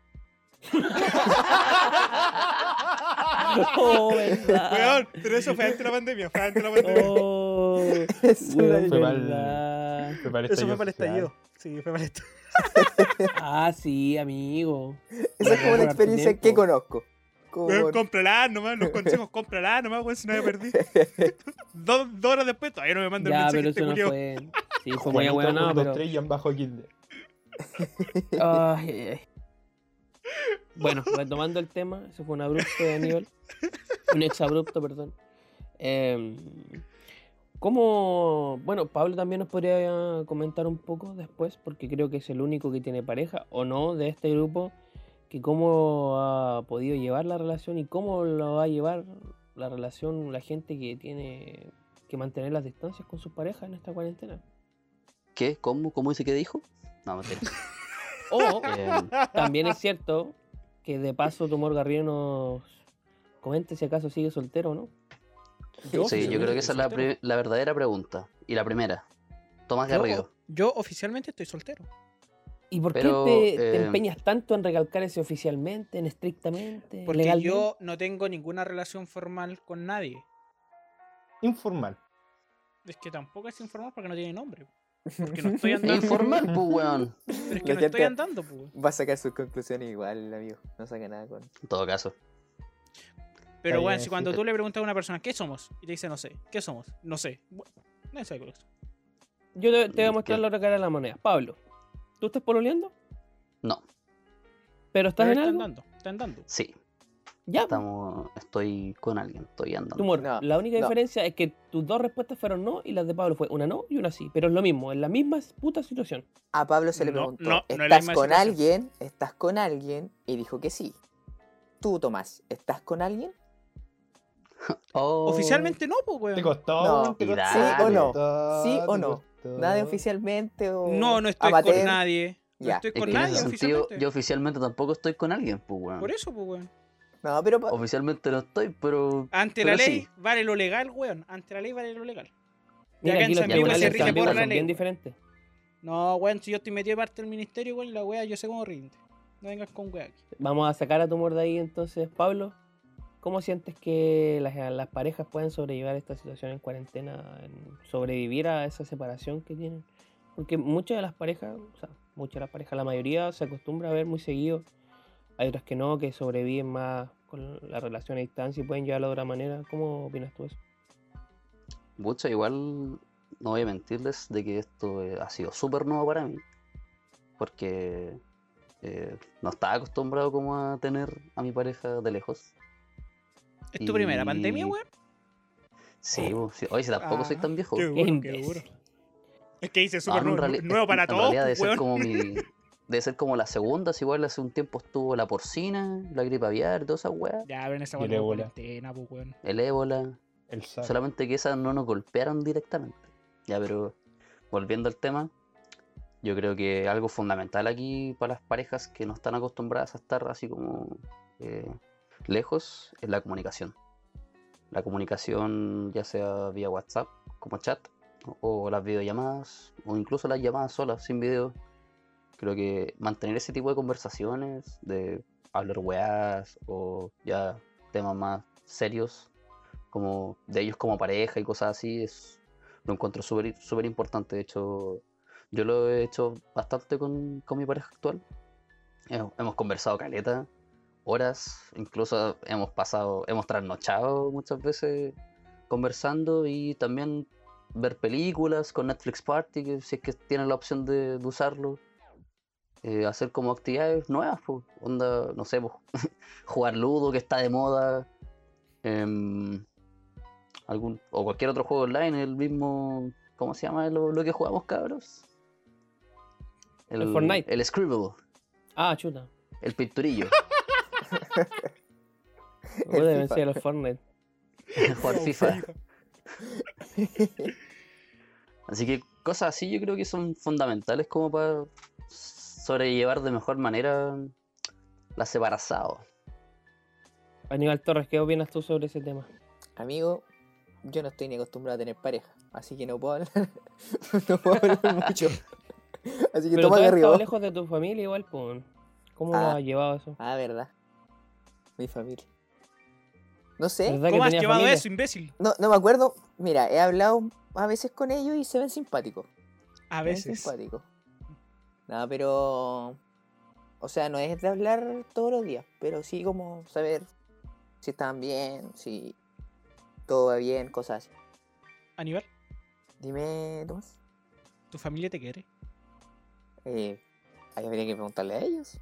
Speaker 1: Oh, verdad.
Speaker 5: Weón, pero eso fue antes de la pandemia. Fue antes de la
Speaker 1: Oh,
Speaker 2: Es una-
Speaker 1: weón,
Speaker 4: Fue mal.
Speaker 1: verdad.
Speaker 4: Me parece
Speaker 5: Eso
Speaker 4: yo
Speaker 5: fue para el
Speaker 4: social.
Speaker 5: estallido. Sí, fue para el estallido.
Speaker 1: Ah, sí, amigo.
Speaker 2: Esa es como la
Speaker 1: Harto
Speaker 2: experiencia que
Speaker 1: tiempo.
Speaker 2: conozco.
Speaker 1: Oh,
Speaker 2: Como
Speaker 5: Weón,
Speaker 2: por-
Speaker 5: cómprala nomás, los consejos, cómprala nomás, weón, si no me perdí. Dos, dos horas después todavía no me manda
Speaker 1: Ya,
Speaker 5: el
Speaker 1: pero
Speaker 5: mensaje este
Speaker 1: eso no
Speaker 5: culiao.
Speaker 1: fue. Sí, fue muy
Speaker 4: Juanito,
Speaker 1: ahueonado,
Speaker 4: uno, dos,
Speaker 1: pero.
Speaker 4: tres, guión bajo Kinder.
Speaker 1: Ay, ay, ay. Bueno, retomando el tema, eso fue un abrupto de Aníbal. Un ex abrupto, perdón. Eh, ¿Cómo.? Bueno, Pablo también nos podría comentar un poco después, porque creo que es el único que tiene pareja o no de este grupo, que cómo ha podido llevar la relación y cómo lo va a llevar la relación la gente que tiene que mantener las distancias con sus parejas en esta cuarentena.
Speaker 3: ¿Qué? ¿Cómo? ¿Cómo dice que dijo? No, mentira.
Speaker 1: O
Speaker 3: Em,
Speaker 1: También es cierto que de paso Tumor Garrido nos comente si acaso sigue soltero o no.
Speaker 3: Sí, yo creo que esa es la,
Speaker 5: primera.
Speaker 3: pri- la verdadera pregunta. Y la primera. Tomás
Speaker 5: Yo,
Speaker 3: Garrido.
Speaker 5: yo oficialmente estoy soltero.
Speaker 1: ¿Y por
Speaker 3: Pero,
Speaker 1: qué te, te
Speaker 3: eh,
Speaker 1: empeñas tanto en recalcar ese oficialmente, en estrictamente,
Speaker 5: Porque
Speaker 1: legalmente?
Speaker 5: yo no tengo ninguna relación formal con nadie.
Speaker 4: Informal.
Speaker 5: Es que tampoco es informal porque no tiene nombre. Porque no estoy andando.
Speaker 3: Informal, pues, weón.
Speaker 5: Pero es
Speaker 2: La
Speaker 5: que no estoy
Speaker 2: gente-
Speaker 5: andando, pues. weón.
Speaker 2: Va a sacar sus conclusiones igual, amigo. No saca nada con.
Speaker 3: En todo caso.
Speaker 5: Pero
Speaker 4: bien,
Speaker 5: bueno, si
Speaker 4: sí.
Speaker 5: cuando tú le preguntas a una persona, ¿qué somos? Y te dice, no sé. ¿Qué somos? No sé. pues. Bueno, nadie sabe con eso.
Speaker 1: Yo te, te voy a
Speaker 3: Mm,
Speaker 1: mostrar
Speaker 3: claro.
Speaker 1: la otra cara de la moneda. Pablo, ¿tú estás pololeando?
Speaker 3: No,
Speaker 1: ¿Pero estás
Speaker 5: Pero
Speaker 1: en
Speaker 5: está
Speaker 1: algo?
Speaker 5: andando, está andando.
Speaker 3: sí.
Speaker 1: Ya.
Speaker 3: Estamos, estoy con alguien, estoy andando.
Speaker 1: Tumor,
Speaker 2: No,
Speaker 1: la única
Speaker 2: no.
Speaker 1: diferencia es que tus dos respuestas fueron no y las de Pablo fue una no y una sí. Pero es lo mismo, es la misma puta situación.
Speaker 2: A Pablo se le
Speaker 5: No,
Speaker 2: preguntó:
Speaker 5: no, no es la
Speaker 2: ¿estás
Speaker 5: misma
Speaker 2: con
Speaker 5: situación.
Speaker 2: alguien? ¿Estás con alguien? Y dijo que sí. Tú, Tomás, ¿estás con alguien?
Speaker 3: Oh,
Speaker 5: Oficialmente no, pues,
Speaker 4: ¿Te
Speaker 5: weón.
Speaker 4: costó?
Speaker 2: No.
Speaker 4: weón? ¿Te
Speaker 3: Y
Speaker 4: costó?
Speaker 3: dale. ¿Sí o
Speaker 2: no?
Speaker 4: Costó,
Speaker 2: ¿Sí o
Speaker 4: te
Speaker 2: no?
Speaker 4: costó.
Speaker 2: ¿Nadie oficialmente o.?
Speaker 5: No, no estoy
Speaker 2: amateur?
Speaker 5: con nadie. No
Speaker 2: Ya.
Speaker 5: estoy
Speaker 3: es
Speaker 5: con
Speaker 3: que en
Speaker 5: nadie
Speaker 3: ese sentido,
Speaker 5: oficialmente.
Speaker 3: yo oficialmente tampoco estoy con alguien, pues, weón.
Speaker 5: Por eso, pues, weón.
Speaker 2: No, pero. pa-
Speaker 3: Oficialmente no estoy, pero.
Speaker 5: Ante la
Speaker 3: Pero
Speaker 5: ley
Speaker 3: sí.
Speaker 5: vale lo legal, weón. Ante la ley vale lo legal. Y
Speaker 1: Mira, aquí
Speaker 5: acá en
Speaker 1: los
Speaker 5: San Miguel
Speaker 1: tribunales de
Speaker 5: se
Speaker 1: San
Speaker 5: rige por
Speaker 1: Miguel
Speaker 5: la
Speaker 1: son bien
Speaker 5: ley.
Speaker 1: diferentes.
Speaker 5: No, weón, si yo estoy metido de parte del ministerio, weón, la weá, yo sé cómo rinde. No vengas con weá aquí.
Speaker 1: Vamos a sacar a Tumor de ahí entonces, Pablo. ¿Cómo sientes que las, las parejas pueden sobrellevar esta situación en cuarentena, en sobrevivir a esa separación que tienen? Porque muchas de las parejas, o sea, muchas de las parejas, la mayoría se acostumbra a ver muy seguido hay otras que no, que sobreviven más con la relación a distancia y pueden llevarlo de otra manera. ¿Cómo opinas tú eso?
Speaker 3: Mucha, igual no voy a mentirles de que esto eh, ha sido súper nuevo para mí. Porque eh, no estaba acostumbrado como a tener a mi pareja de lejos.
Speaker 5: ¿Es tu primera pandemia,
Speaker 3: Y-
Speaker 5: weón?
Speaker 3: Sí, pues, sí. oye, si tampoco soy
Speaker 5: Oh. Ah,
Speaker 3: tan viejo.
Speaker 5: qué
Speaker 3: No,
Speaker 5: bueno,
Speaker 1: Qué
Speaker 5: qué
Speaker 1: imbécil.
Speaker 5: bueno. Es que dice súper
Speaker 3: en
Speaker 5: nuevo,
Speaker 3: reali-
Speaker 5: nuevo para
Speaker 3: en
Speaker 5: todos,
Speaker 3: realidad debe
Speaker 5: pues,
Speaker 3: ser
Speaker 5: weón.
Speaker 3: como mi. Debe ser como la segunda, si igual hace un tiempo estuvo la porcina, la gripe aviar, todas esas weas,
Speaker 5: Ya, pero en esa
Speaker 4: Y
Speaker 5: weón
Speaker 4: el
Speaker 5: no hubo
Speaker 4: ébola.
Speaker 5: cuarentena, pues, weón.
Speaker 3: el ébola.
Speaker 4: El SAR.
Speaker 3: Solamente que esas no nos golpearon directamente. Ya, pero volviendo al tema, yo creo que algo fundamental aquí para las parejas que no están acostumbradas a estar así como eh, lejos es la comunicación. La comunicación ya sea vía WhatsApp, como chat, o, o las videollamadas, o incluso las llamadas solas, sin video. Creo que mantener ese tipo de conversaciones, de hablar weás, o ya temas más serios, como de ellos como pareja y cosas así, es, lo encuentro súper súper importante. De hecho, yo lo he hecho bastante con, con mi pareja actual. Hemos, hemos conversado caleta, horas, incluso hemos pasado, hemos trasnochado muchas veces conversando y también ver películas con Netflix Party, que si es que tienen la opción de, de usarlo. Eh, hacer como actividades nuevas, pues, onda, no sé, pues, jugar ludo que está de moda, em, algún, o cualquier otro juego online, el mismo, ¿cómo se llama lo, lo que jugamos, cabros?
Speaker 1: El Fortnite.
Speaker 3: El Scribble,
Speaker 1: Ah, chuta.
Speaker 3: el pinturillo,
Speaker 1: Puta,
Speaker 2: FIFA.
Speaker 1: pensé en los Fortnite.
Speaker 3: jugar FIFA. Así que cosas así yo creo que son fundamentales como para sobrellevar de mejor manera la separación.
Speaker 1: Aníbal Torres, ¿qué opinas tú sobre ese tema?
Speaker 2: Amigo, yo no estoy ni acostumbrado a tener pareja, así que no puedo hablar, no puedo hablar mucho. Así que
Speaker 1: Pero tú
Speaker 2: toma
Speaker 1: has
Speaker 2: arriba.
Speaker 1: estado lejos de tu familia igual, pues. ¿Cómo
Speaker 2: Ah.
Speaker 1: has llevado eso?
Speaker 2: Ah, verdad. Mi familia. No sé,
Speaker 1: ¿Verdad que
Speaker 5: ¿Cómo has
Speaker 1: tenía
Speaker 5: llevado
Speaker 1: familia?
Speaker 5: eso, imbécil?
Speaker 2: no, no me acuerdo. Mira, he hablado a veces con ellos y se ven simpáticos.
Speaker 5: A
Speaker 2: Bien
Speaker 5: veces.
Speaker 2: simpático. No, pero. O sea, no es de hablar todos los días, pero sí como saber si están bien, si todo va bien, cosas así.
Speaker 5: Aníbal,
Speaker 2: Dime, Tomás.
Speaker 5: ¿tu familia te quiere?
Speaker 2: Eh, ahí habría que preguntarle a ellos.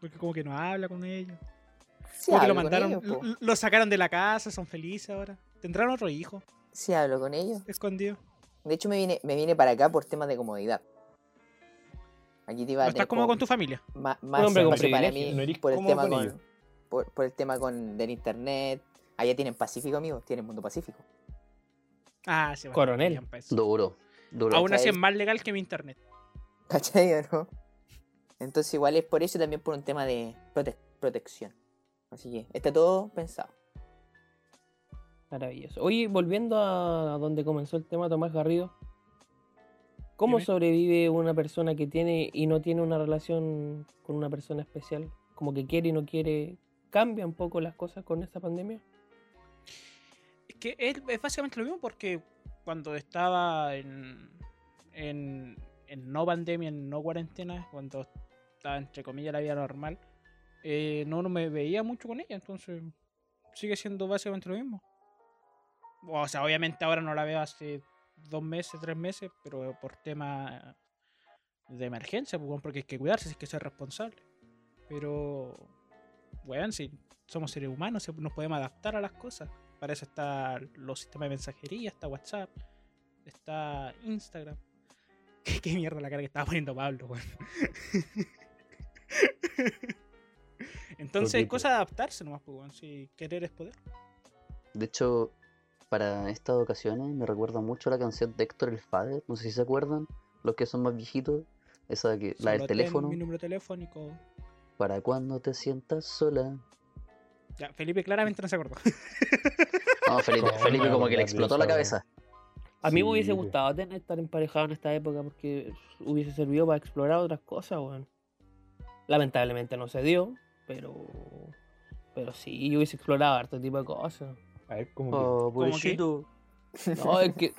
Speaker 5: Porque como que no habla con ellos.
Speaker 2: Sí,
Speaker 5: Como que lo
Speaker 2: hablo con
Speaker 5: mandaron, Mm,
Speaker 2: ellos, po.
Speaker 5: lo- lo sacaron de la casa, son felices ahora. ¿Tendrán otro hijo
Speaker 2: Sí, hablo con ellos.
Speaker 5: escondido?
Speaker 2: De hecho, me vine, me vine para acá por temas de comodidad. Aquí te iba a
Speaker 5: ¿O estás
Speaker 2: tener
Speaker 5: cómodo
Speaker 2: como-
Speaker 5: con tu familia?
Speaker 2: ma- más
Speaker 1: hombre con
Speaker 2: espacio para
Speaker 1: privilegio,
Speaker 2: mí
Speaker 4: no eres
Speaker 2: por el
Speaker 4: cómodo
Speaker 2: tema
Speaker 4: con
Speaker 2: con,
Speaker 4: ello.
Speaker 2: por, por el tema con del internet. Allá tienen Pacífico, amigos, tienen Mundo Pacífico.
Speaker 5: Ah, se va.
Speaker 1: Coronel.
Speaker 5: ya empezó.
Speaker 3: Duro, duro.
Speaker 5: Aún así
Speaker 2: ¿cachai?
Speaker 5: es más legal que mi internet.
Speaker 2: ¿Cachai o no? Entonces igual es por eso y también por un tema de prote- protección. Así que está todo pensado.
Speaker 1: Maravilloso. Oye, volviendo a donde comenzó el tema Tomás Garrido, ¿cómo
Speaker 5: Dime.
Speaker 1: sobrevive una persona que tiene y no tiene una relación con una persona especial? Como que quiere y no quiere. ¿Cambia un poco las cosas con esta pandemia?
Speaker 5: Es que es, es básicamente lo mismo porque cuando estaba en, en, en no pandemia, en no cuarentena, cuando estaba entre comillas la vida normal, eh, no, no me veía mucho con ella, entonces sigue siendo básicamente lo mismo. O sea, obviamente ahora no la veo hace dos meses, tres meses, pero por tema de emergencia, pues, weón, porque hay que cuidarse, hay que ser responsable. Pero, weón, si somos seres humanos, se- nos podemos adaptar a las cosas. Para eso está los sistemas de mensajería, está WhatsApp, está Instagram. ¿Qué, qué mierda la cara que estaba poniendo Pablo, weón. Entonces,
Speaker 4: Poquito.
Speaker 5: cosa de adaptarse nomás, pues, weón. Si querer es poder.
Speaker 3: De hecho, para estas ocasiones me recuerda mucho la canción de Héctor el Fader. No sé si se acuerdan, los que son más viejitos. Esa que, la
Speaker 5: Solo
Speaker 3: del
Speaker 5: ten
Speaker 3: teléfono.
Speaker 5: Mi número telefónico.
Speaker 3: Para cuando te sientas sola.
Speaker 5: Ya, Felipe claramente no se acordó.
Speaker 3: No, Felipe,
Speaker 4: ¿Cómo
Speaker 3: Felipe
Speaker 4: me
Speaker 3: como
Speaker 4: voy a
Speaker 3: que le
Speaker 4: acordar de
Speaker 3: explotó la
Speaker 4: esa,
Speaker 3: cabeza.
Speaker 1: A mí me hubiese
Speaker 4: Sí, pues.
Speaker 1: gustado tener, estar emparejado en esta época porque hubiese servido para explorar otras cosas, weón. Lamentablemente no se dio, pero. Pero sí, yo hubiese explorado harto tipo de cosas.
Speaker 4: A ver, como
Speaker 3: Oh,
Speaker 5: ¿Cómo qué?
Speaker 3: pobrecito.
Speaker 1: No, es que. No,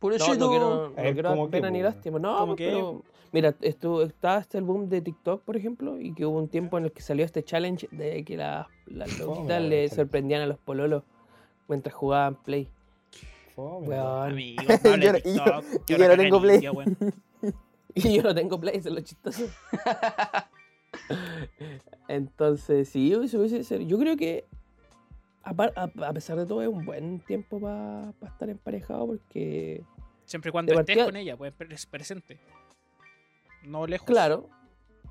Speaker 3: Pobrecito.
Speaker 1: no Eh, quiero, no
Speaker 4: A ver,
Speaker 1: quiero
Speaker 4: ¿cómo
Speaker 1: dar
Speaker 4: qué,
Speaker 1: pena
Speaker 4: po,
Speaker 1: ni
Speaker 4: weón?
Speaker 1: lástima. No,
Speaker 5: ¿Cómo
Speaker 1: pues,
Speaker 5: qué?
Speaker 1: pero mira, esto, está hasta el boom de TikTok, por ejemplo, y que hubo un tiempo en el que salió este challenge de que las las
Speaker 4: Fome,
Speaker 1: loquitas
Speaker 4: weón,
Speaker 1: le
Speaker 4: challenge.
Speaker 1: sorprendían a los pololos mientras jugaban Play.
Speaker 4: Fome, weón.
Speaker 1: Weón.
Speaker 5: Amigo, no hables de
Speaker 2: Yo- yo-
Speaker 5: TikTok, que
Speaker 2: yo no
Speaker 5: ahora caga
Speaker 2: tengo
Speaker 5: el
Speaker 2: Play.
Speaker 5: indio, weón.
Speaker 1: Y yo no tengo Play, eso es lo chistoso. Entonces, sí, yo, yo creo que apar- a, a pesar de todo es un buen tiempo para estar emparejado porque,
Speaker 5: Siempre y cuando
Speaker 1: De
Speaker 5: estés
Speaker 1: partida-
Speaker 5: con ella, pues pre- presente. No lejos.
Speaker 1: claro,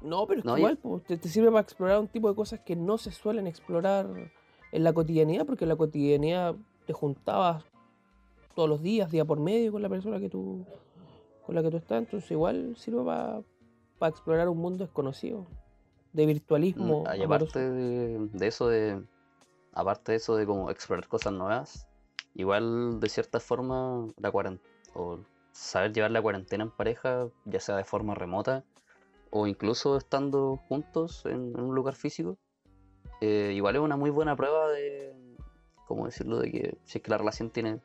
Speaker 1: no, pero es que
Speaker 3: No, y-
Speaker 1: igual po, te, te sirve para explorar un tipo de cosas que no se suelen explorar en la cotidianidad porque en la cotidianidad te juntabas todos los días, día por medio con la persona que tú con la que tú estás, entonces igual sirve para explorar un mundo desconocido de virtualismo.
Speaker 3: Mm, y
Speaker 1: amoroso.
Speaker 3: aparte de, de eso de aparte de eso de como explorar cosas nuevas igual de cierta forma la cuaren- o saber llevar la cuarentena en pareja ya sea de forma remota o incluso estando juntos en, en un lugar físico eh, igual es una muy buena prueba de cómo decirlo de que si es que la relación tiene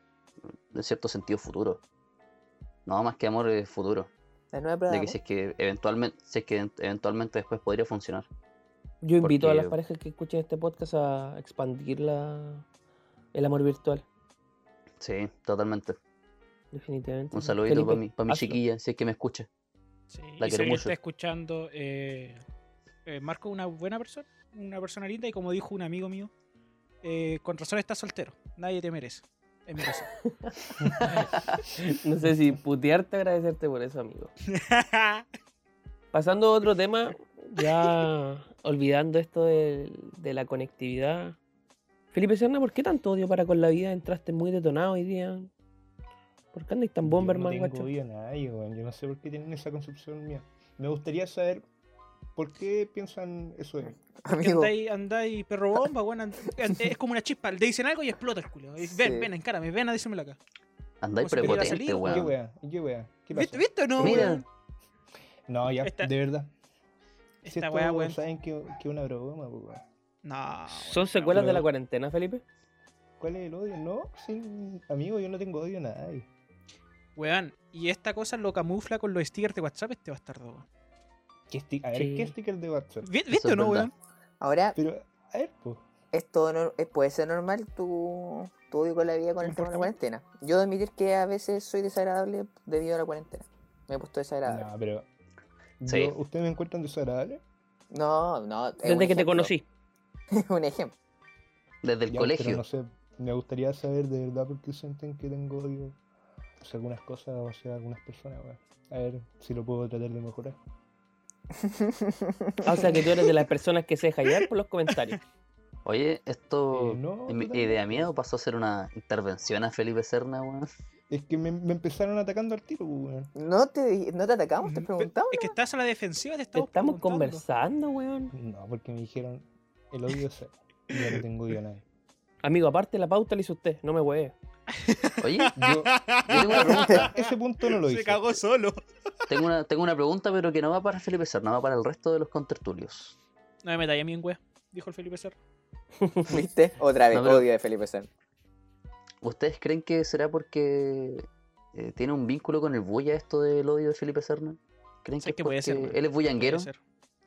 Speaker 3: en cierto sentido futuro no más que amor es futuro
Speaker 2: La nueva prueba.
Speaker 3: de
Speaker 2: de
Speaker 3: que
Speaker 2: amor.
Speaker 3: si es que eventualmente si es que en- eventualmente después podría funcionar
Speaker 1: Yo invito a las
Speaker 3: Porque-
Speaker 1: parejas que escuchen este podcast a expandir la, el amor virtual,
Speaker 3: sí totalmente
Speaker 1: definitivamente.
Speaker 3: Un
Speaker 4: Mm,
Speaker 3: saludito para mi, pa' mi
Speaker 1: hazlo.
Speaker 3: chiquilla, si es que me escucha.
Speaker 5: Sí,
Speaker 3: La quiero
Speaker 5: y si alguien
Speaker 3: mucho.
Speaker 5: está escuchando, eh, eh, Marco es una buena persona, una persona linda y como dijo un amigo mío, eh, con razón estás soltero, nadie te merece. En mi caso.
Speaker 1: No sé si putearte, agradecerte por eso, amigo. Pasando a otro tema, ya olvidando esto del- de, la conectividad. Felipe Serna, ¿por qué tanto odio para con la vida? Entraste muy detonado hoy día. ¿Por qué andas tan bomberman,
Speaker 4: Yo no
Speaker 1: guacho?
Speaker 4: tengo odio a nadie, weón. Yo no sé por qué tienen esa concepción mía. Me gustaría saber por qué piensan eso de mí.
Speaker 5: Que
Speaker 2: Amigo,
Speaker 5: andáis, andáis perro bomba, weón, and- and- es como una chispa, le dicen algo y explota el culo. Y Ven,
Speaker 2: Sí.
Speaker 5: ven, encárame, ven a decírmelo acá.
Speaker 3: Andáis
Speaker 5: Pues, pero iba a
Speaker 3: prepotente,
Speaker 5: salir,
Speaker 4: ¿Qué
Speaker 3: weón.
Speaker 4: wea? ¿Qué wea? ¿Qué pasa?
Speaker 5: ¿Viste, viste o no,
Speaker 3: Mira.
Speaker 5: weón?
Speaker 4: No, ya,
Speaker 5: Esta-
Speaker 4: de verdad. Si
Speaker 5: Esta
Speaker 4: esto
Speaker 5: weá, weón.
Speaker 4: saben que que es una broma, pues, weón.
Speaker 5: No.
Speaker 1: ¿Son
Speaker 5: weón,
Speaker 1: secuelas
Speaker 5: no,
Speaker 1: de
Speaker 5: weón.
Speaker 1: la cuarentena, Felipe?
Speaker 4: ¿Cuál es el odio? No, sí, amigo, yo no tengo odio a nadie.
Speaker 5: Weón, y esta cosa lo camufla con los stickers de WhatsApp este bastardo, weón.
Speaker 4: ¿Qué sti- a ver,
Speaker 1: Sí.
Speaker 4: ¿qué sticker de WhatsApp?
Speaker 5: Vi- ¿Viste,
Speaker 3: Eso es
Speaker 5: o no,
Speaker 3: verdad.
Speaker 5: weón?
Speaker 2: ahora,
Speaker 4: Pero, a ver, pues.
Speaker 2: esto no- eh, puede ser normal tu, tu odio con la vida con el tema de la cuarentena. Yo he de admitir que a veces soy desagradable debido a la cuarentena. Me he puesto desagradable.
Speaker 4: No, pero.
Speaker 3: Sí.
Speaker 4: yo- ¿Ustedes me encuentran desagradable?
Speaker 2: No, no. es un
Speaker 1: Desde que te
Speaker 2: ejemplo,
Speaker 1: conocí.
Speaker 2: Es un ejemplo.
Speaker 3: Desde el
Speaker 4: Ya,
Speaker 3: colegio.
Speaker 4: Pero no sé, me gustaría saber de verdad por qué sienten que tengo odio hacia algunas cosas o hacia algunas personas, weón. A ver si lo puedo tratar de mejorar.
Speaker 1: Ah, o sea que tú eres de las personas que se deja llevar por los comentarios.
Speaker 3: Oye, esto.
Speaker 4: Eh, no,
Speaker 3: en Oh, mi
Speaker 4: totalmente.
Speaker 3: idea mía o pasó a ser una intervención a Felipe Serna, weón.
Speaker 4: Es que me, me empezaron atacando al tiro, weón.
Speaker 2: No te, no te atacamos, te
Speaker 5: Pe-
Speaker 2: preguntamos.
Speaker 5: Es que estás a la defensiva, te
Speaker 1: Te
Speaker 5: estamos,
Speaker 1: estamos
Speaker 5: preguntando.
Speaker 1: conversando, weón.
Speaker 4: No, porque me dijeron el odio es cero. Yo no tengo odio a nadie.
Speaker 1: Amigo, aparte la pauta la hizo usted, no me hueves.
Speaker 3: Oye,
Speaker 4: Yo, yo tengo una pregunta. Ese punto no lo hice.
Speaker 5: Se cagó solo.
Speaker 3: tengo una, tengo una pregunta, pero que no va para Felipe Serna, va para el resto de los contertulios.
Speaker 5: No me metáis a mí en wea, dijo el Felipe Serra.
Speaker 2: ¿Viste? Otra vez,
Speaker 3: No, pero-
Speaker 2: odio de Felipe San.
Speaker 3: ¿Ustedes creen que será porque eh, tiene un vínculo con el bulla esto del odio de Felipe Serna? ¿Creen
Speaker 5: Sé
Speaker 3: que,
Speaker 5: que
Speaker 3: es
Speaker 5: puede
Speaker 3: porque
Speaker 5: ser, weón.
Speaker 3: él es bullanguero?
Speaker 5: Puede ser.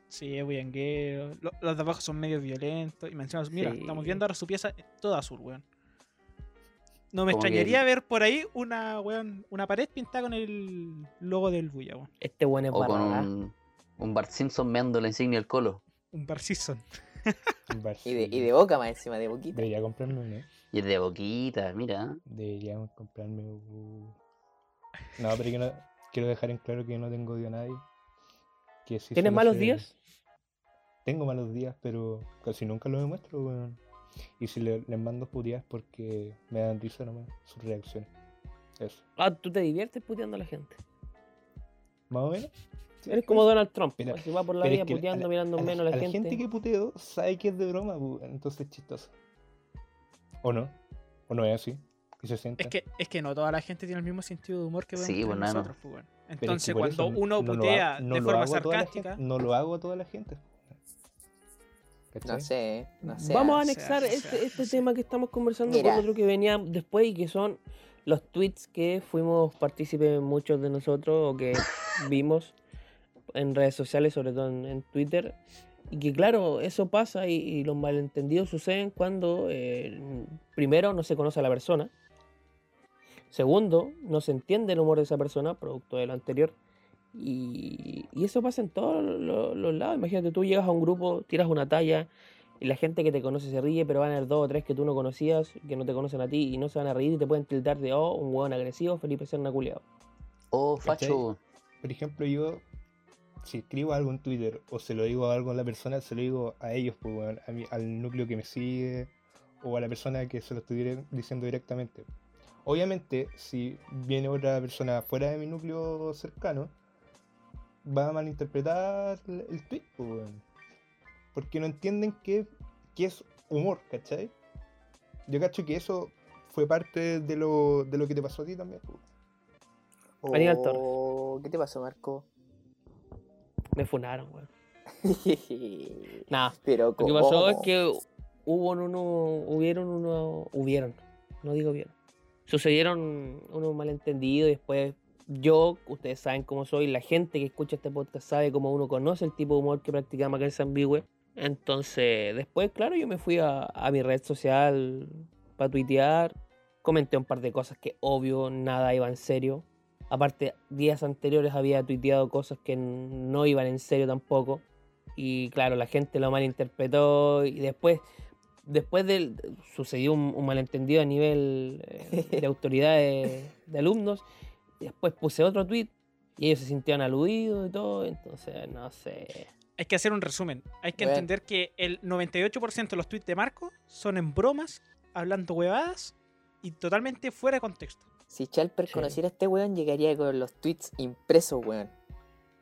Speaker 5: Sí, es bullanguero. Lo- los de abajo son medio violentos. Y mencionas, mira,
Speaker 1: Sí.
Speaker 5: estamos viendo ahora su pieza toda azul, weón. No me
Speaker 3: Como que
Speaker 5: extrañaría
Speaker 3: el-
Speaker 5: ver por ahí una, weón, una pared pintada con el logo del Buya, weón.
Speaker 1: Este weón es
Speaker 3: O con
Speaker 1: barragán.
Speaker 3: un, un Bart Simpson meando la insignia del colo.
Speaker 5: Un Bar Simpson.
Speaker 2: Y de, y de boca más encima, de boquita.
Speaker 4: Debería comprarme uno.
Speaker 3: Y el de boquita, mira.
Speaker 4: Deberíamos comprarme un... No, pero que no- quiero dejar en claro que yo no tengo odio a nadie. Que sí
Speaker 1: ¿Tienes
Speaker 4: suelo
Speaker 1: malos
Speaker 4: ser-
Speaker 1: días?
Speaker 4: Tengo malos días, pero casi nunca los demuestro, weón. Y si le- les mando puteadas porque me dan risa nomás sus reacciones. Eso.
Speaker 1: Ah, tú te diviertes puteando a la gente.
Speaker 4: Más o menos. Sí,
Speaker 1: Eres como
Speaker 4: eso.
Speaker 1: Donald Trump.
Speaker 4: Pero-
Speaker 1: así va por la
Speaker 4: pero es
Speaker 1: vida
Speaker 4: que la-
Speaker 1: puteando,
Speaker 4: la-
Speaker 1: mirando menos a la, gente.
Speaker 4: que puteo sabe que es de broma, bu, entonces es chistoso. ¿O no? ¿O no es así? Y se siente.
Speaker 5: Es que, es que no toda la gente tiene el mismo sentido de humor que podemos
Speaker 3: Sí,
Speaker 5: tener
Speaker 3: bueno, no.
Speaker 5: nosotros, pues, weón.
Speaker 4: Pero es
Speaker 5: Entonces,
Speaker 4: que por eso
Speaker 5: cuando
Speaker 4: no-
Speaker 5: uno
Speaker 4: no lo
Speaker 5: putea
Speaker 4: hago- no
Speaker 5: de
Speaker 4: lo
Speaker 5: forma
Speaker 4: hago a toda la gente,
Speaker 5: sarcástica,
Speaker 4: no lo hago a toda la gente.
Speaker 2: No
Speaker 4: ¿Cachai?
Speaker 2: sé, no sé.
Speaker 1: Vamos a
Speaker 5: o sea,
Speaker 1: anexar
Speaker 5: o sea,
Speaker 1: este, este
Speaker 5: o sea.
Speaker 1: tema que estamos conversando
Speaker 2: Mira.
Speaker 1: con otro que venía después y que son los tweets que fuimos partícipes muchos de nosotros o que vimos en redes sociales, sobre todo en, en Twitter. Y que claro, eso pasa y, y los malentendidos suceden cuando eh, primero no se conoce a la persona. Segundo, no se entiende el humor de esa persona, producto de lo anterior. Y, y eso pasa en todos lo- los lados. Imagínate, tú llegas a un grupo, tiras una talla y la gente que te conoce se ríe, pero van a haber dos o tres que tú no conocías, que no te conocen a ti y no se van a reír y te pueden tildar de, oh, un hueón agresivo, Felipe Serna culiao".
Speaker 3: Oh,
Speaker 4: ¿Cachai?
Speaker 3: facho.
Speaker 4: Por ejemplo, yo, si escribo algo en Twitter o se lo digo a algo a la persona, se lo digo a ellos, pues, weón, a mi- al núcleo que me sigue o a la persona que se lo estuviera diciendo directamente. Obviamente, si viene otra persona fuera de mi núcleo cercano, va a malinterpretar el el tweet, pues, weón. porque no entienden que, que es humor, ¿cachai? Yo cacho que eso fue parte de lo, de lo que te pasó a ti también. pues.
Speaker 1: Aníbal Torres.
Speaker 2: Oh, ¿Qué te pasó, Marco?
Speaker 1: Me funaron, weón.
Speaker 2: Nah,
Speaker 1: Nah,
Speaker 2: pero
Speaker 1: Ah, Lo que pasó es
Speaker 2: ¿cómo?
Speaker 1: que hubo uno, hubieron uno, hubieron, no digo vieron. Sucedieron unos malentendidos y después yo, ustedes saben cómo soy, la gente que escucha este podcast sabe cómo uno conoce el tipo de humor que practica Macal Sambigüe. Entonces, después, claro, yo me fui a, a mi red social para tuitear, comenté un par de cosas que obvio nada iba en serio. Aparte, días anteriores había tuiteado cosas que no iban en serio tampoco y claro, la gente lo malinterpretó y después, después del, sucedió un, un malentendido a nivel eh, de autoridad de, de alumnos, y después puse otro tweet y ellos se sintieron aludidos y todo, entonces no sé.
Speaker 5: Hay que hacer un resumen. Hay que
Speaker 2: Bueno.
Speaker 5: entender que el 98% de los tweets de Marco son en bromas, hablando huevadas y totalmente fuera de contexto.
Speaker 2: Si Chalper
Speaker 1: Sí.
Speaker 2: conociera a este weón, llegaría con los tweets impresos, weón.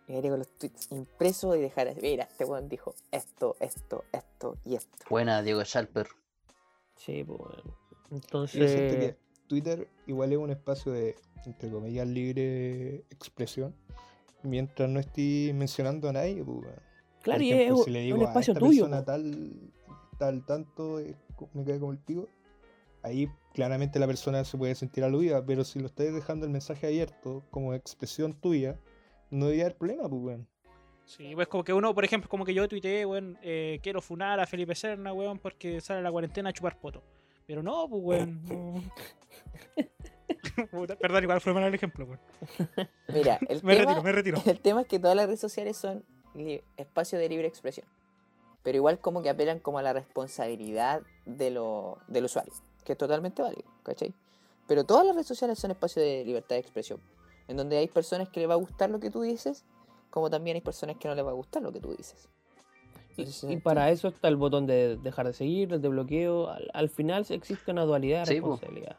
Speaker 2: Llegaría con los tweets impresos y dejara. Mira, este weón dijo esto, esto, esto y esto.
Speaker 3: Buena, Diego Sharper.
Speaker 1: Sí, pues bueno.
Speaker 4: Yo siento que
Speaker 1: Entonces,
Speaker 4: Twitter igual es un espacio de, entre comillas, libre expresión. Mientras no esté mencionando a nadie, pues, weón.
Speaker 1: claro,
Speaker 4: Por
Speaker 1: y
Speaker 4: ejemplo,
Speaker 1: es,
Speaker 4: si le
Speaker 1: es
Speaker 4: digo
Speaker 1: un
Speaker 4: a
Speaker 1: espacio
Speaker 4: esta
Speaker 1: tuyo. pues.
Speaker 4: persona
Speaker 1: po.
Speaker 4: tal, tal tanto, eh, co- me cae como el pico. Ahí claramente la persona se puede sentir aludida, pero si lo estás dejando el mensaje abierto como expresión tuya, no debería haber problema, pues, weón.
Speaker 5: Sí, pues como que uno, por ejemplo, como que yo tuiteé, weón, eh, quiero funar a Felipe Serna, weón, porque sale a la cuarentena a chupar poto. Pero no, pues, weón. no. Puta, Perdón, igual fue mal el ejemplo, weón.
Speaker 2: Mira, el,
Speaker 5: Me
Speaker 2: tema,
Speaker 5: retiro, me retiro.
Speaker 2: el tema es que todas las redes sociales son li- espacio de libre expresión. Pero igual como que apelan como a la responsabilidad de lo, del usuario, que es totalmente válido, ¿cachai? Pero todas las redes sociales son espacio de libertad de expresión, en donde hay personas que les va a gustar lo que tú dices, como también hay personas que no les va a gustar lo que tú dices.
Speaker 1: Y,
Speaker 2: Entonces,
Speaker 1: y para eso está el botón de dejar de seguir, el de bloqueo. Al, al final existe una dualidad de
Speaker 3: Sí, po.
Speaker 1: responsabilidad.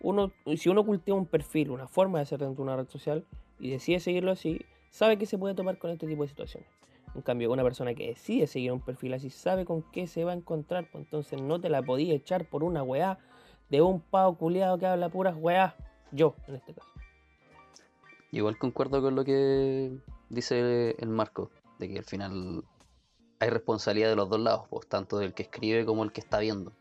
Speaker 1: Uno, si uno cultiva un perfil, una forma de hacer dentro de una red social y decide seguirlo así, sabe que se puede tomar con este tipo de situaciones. En cambio, una persona que decide seguir un perfil así sabe con qué se va a encontrar, pues entonces no te la podía echar por una weá de un pavo culiado que habla puras weá. Yo, en este caso.
Speaker 3: Igual concuerdo con lo que dice el Marco, de que al final hay responsabilidad de los dos lados, pues, tanto del que escribe como el que está viendo.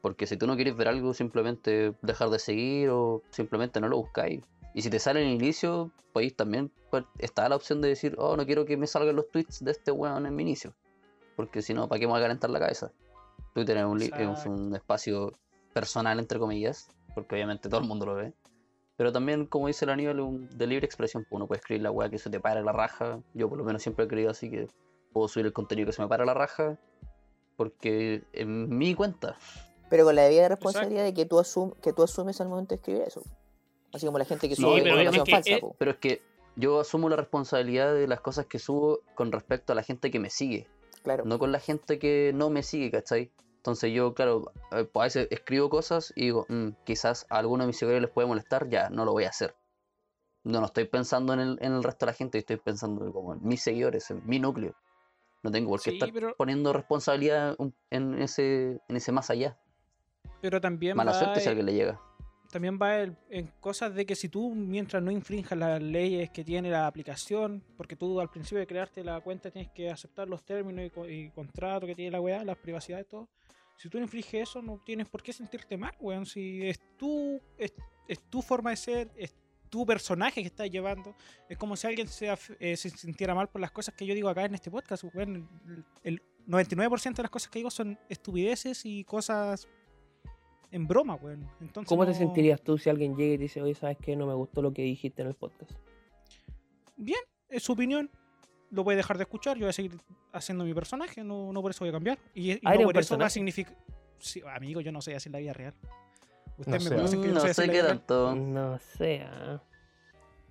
Speaker 3: Porque si tú no quieres ver algo, simplemente dejar de seguir o simplemente no lo buscáis. Y si te sale en el inicio, pues también pues, está la opción de decir, oh, no quiero que me salgan los tweets de este weón en mi inicio. Porque si no, ¿para qué me va a calentar la cabeza? Twitter es un, li- es
Speaker 5: Exacto.
Speaker 3: un espacio personal, entre comillas, porque obviamente todo el mundo lo ve. Pero también, como dice el Aníbal, un- de libre expresión, pues uno puede escribir la weá que se te para la raja. Yo por lo menos siempre he creído así que puedo subir el contenido que se me para la raja, porque en mi cuenta,
Speaker 2: Pero con la debida responsabilidad de que tú, asum que tú asumes al momento de escribir eso. Así como la gente que
Speaker 3: Sí,
Speaker 2: sube
Speaker 3: pero
Speaker 2: información
Speaker 5: es que
Speaker 2: falsa.
Speaker 5: es-
Speaker 2: po.
Speaker 3: pero es que yo asumo la responsabilidad de las cosas que subo con respecto a la gente que me sigue,
Speaker 2: Claro.
Speaker 3: no con la gente que no me sigue, ¿cachai? Entonces yo, claro, eh, pues, a veces escribo cosas y digo, "Mm, quizás a alguno de mis seguidores les puede molestar, ya, no lo voy a hacer. No, no estoy pensando en el, en el resto de la gente, estoy pensando como en mis seguidores, en mi núcleo. No tengo por qué
Speaker 5: Sí,
Speaker 3: estar
Speaker 5: pero-
Speaker 3: poniendo responsabilidad un- en ese, en ese más allá.
Speaker 5: Pero también
Speaker 3: Mala
Speaker 5: va
Speaker 3: suerte si a
Speaker 5: el-
Speaker 3: alguien le llega.
Speaker 5: también va el- en cosas de que si tú mientras no infrinjas las leyes que tiene la aplicación, porque tú al principio de crearte la cuenta tienes que aceptar los términos y, co- y contrato que tiene la weá, las privacidades, todo. Si tú no infringes eso, no tienes por qué sentirte mal, weón. Si es tu, es es tu forma de ser, es tu personaje que estás llevando. Es como si alguien se, af- eh, se sintiera mal por las cosas que yo digo acá en este podcast. weón. el, el 99% de las cosas que digo son estupideces y cosas en broma, weón. Entonces,
Speaker 1: ¿Cómo te
Speaker 5: no-
Speaker 1: sentirías tú si alguien llega y te dice, oye, sabes que no me gustó lo que dijiste en el podcast?
Speaker 5: Bien, es su opinión. Lo voy a dejar de escuchar, yo voy a seguir haciendo mi personaje, no, no por eso voy a cambiar. Y, y
Speaker 1: Ah,
Speaker 5: no
Speaker 1: ¿eres un
Speaker 5: por eso va a
Speaker 1: personaje?
Speaker 5: significar. Sí, amigo, yo no soy así en la vida real.
Speaker 4: No
Speaker 5: Ustedes
Speaker 4: sé.
Speaker 5: me conocen que yo
Speaker 3: Mm,
Speaker 5: Mm. no
Speaker 3: No
Speaker 5: soy así en
Speaker 3: sé
Speaker 5: la
Speaker 3: qué
Speaker 5: vida real.
Speaker 3: tanto.
Speaker 1: No sé. ah.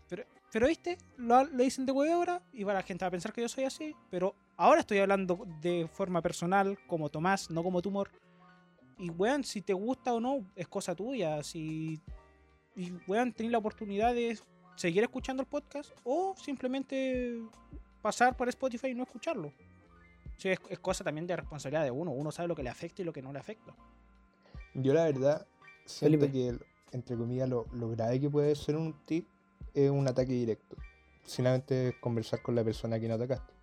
Speaker 5: Pero, pero viste, lo, lo dicen de huevo ahora y va la gente va a pensar que yo soy así. Pero ahora estoy hablando de forma personal, como Tomás, no como tumor. Y weón, si te gusta o no, es cosa tuya. Si, y weón, tenés la oportunidad de seguir escuchando el podcast o simplemente pasar por Spotify y no escucharlo. Sí, es, es cosa también de responsabilidad de uno. Uno sabe lo que le afecta y lo que no le afecta.
Speaker 4: Yo la verdad siento
Speaker 1: Felipe.
Speaker 4: que, el- entre comillas, lo, lo grave que puede ser un tip es un ataque directo. Solamente conversar con la persona a quien atacaste.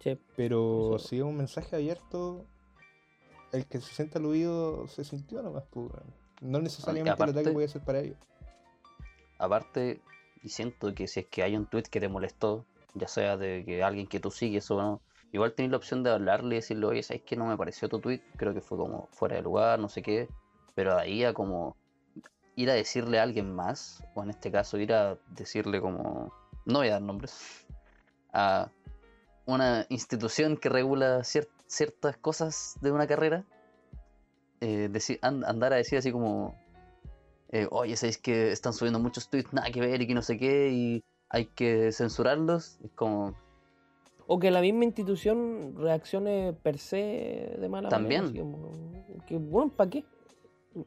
Speaker 1: Che,
Speaker 4: Pero
Speaker 1: Eso-
Speaker 4: si es un mensaje abierto, el que se sienta aludido se sintió nomás. pues, weón. no necesariamente el ataque
Speaker 3: aparte-
Speaker 4: puede ser para ellos.
Speaker 3: Aparte, y siento que si es que hay un tweet que te molestó, ya sea de que alguien que tú sigues o no, igual tenés la opción de hablarle y decirle, oye, ¿sabes que no me pareció tu tweet? Creo que fue como fuera de lugar, no sé qué. Pero de ahí a como ir a decirle a alguien más, o en este caso ir a decirle como, no voy a dar nombres, a una institución que regula cier- ciertas cosas de una carrera, eh, deci- an- andar a decir así como, eh, oye, sabéis que están subiendo muchos tweets, nada que ver y que no sé qué, y hay que censurarlos. Es como,
Speaker 1: O que la misma institución reaccione per se de mala
Speaker 3: También.
Speaker 1: manera. así como, que bueno, ¿para qué?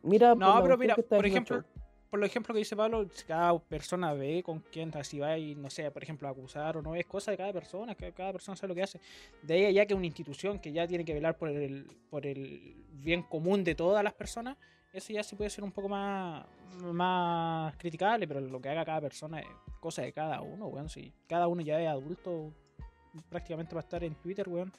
Speaker 1: Mira, por
Speaker 5: No,
Speaker 1: la
Speaker 5: pero
Speaker 1: cuestión
Speaker 5: mira,
Speaker 1: que está
Speaker 5: por
Speaker 1: haciendo
Speaker 5: ejemplo, por lo ejemplo que dice Pablo, si cada persona ve con quién, si va y, no sé, por ejemplo, a acusar o no, es cosa de cada persona, que cada persona sabe lo que hace. De ahí allá que una institución que ya tiene que velar por el, por el bien común de todas las personas, eso ya sí puede ser un poco más, más criticable, pero lo que haga cada persona es cosa de cada uno, weón. Si cada uno ya es adulto, prácticamente va a estar en Twitter, weón.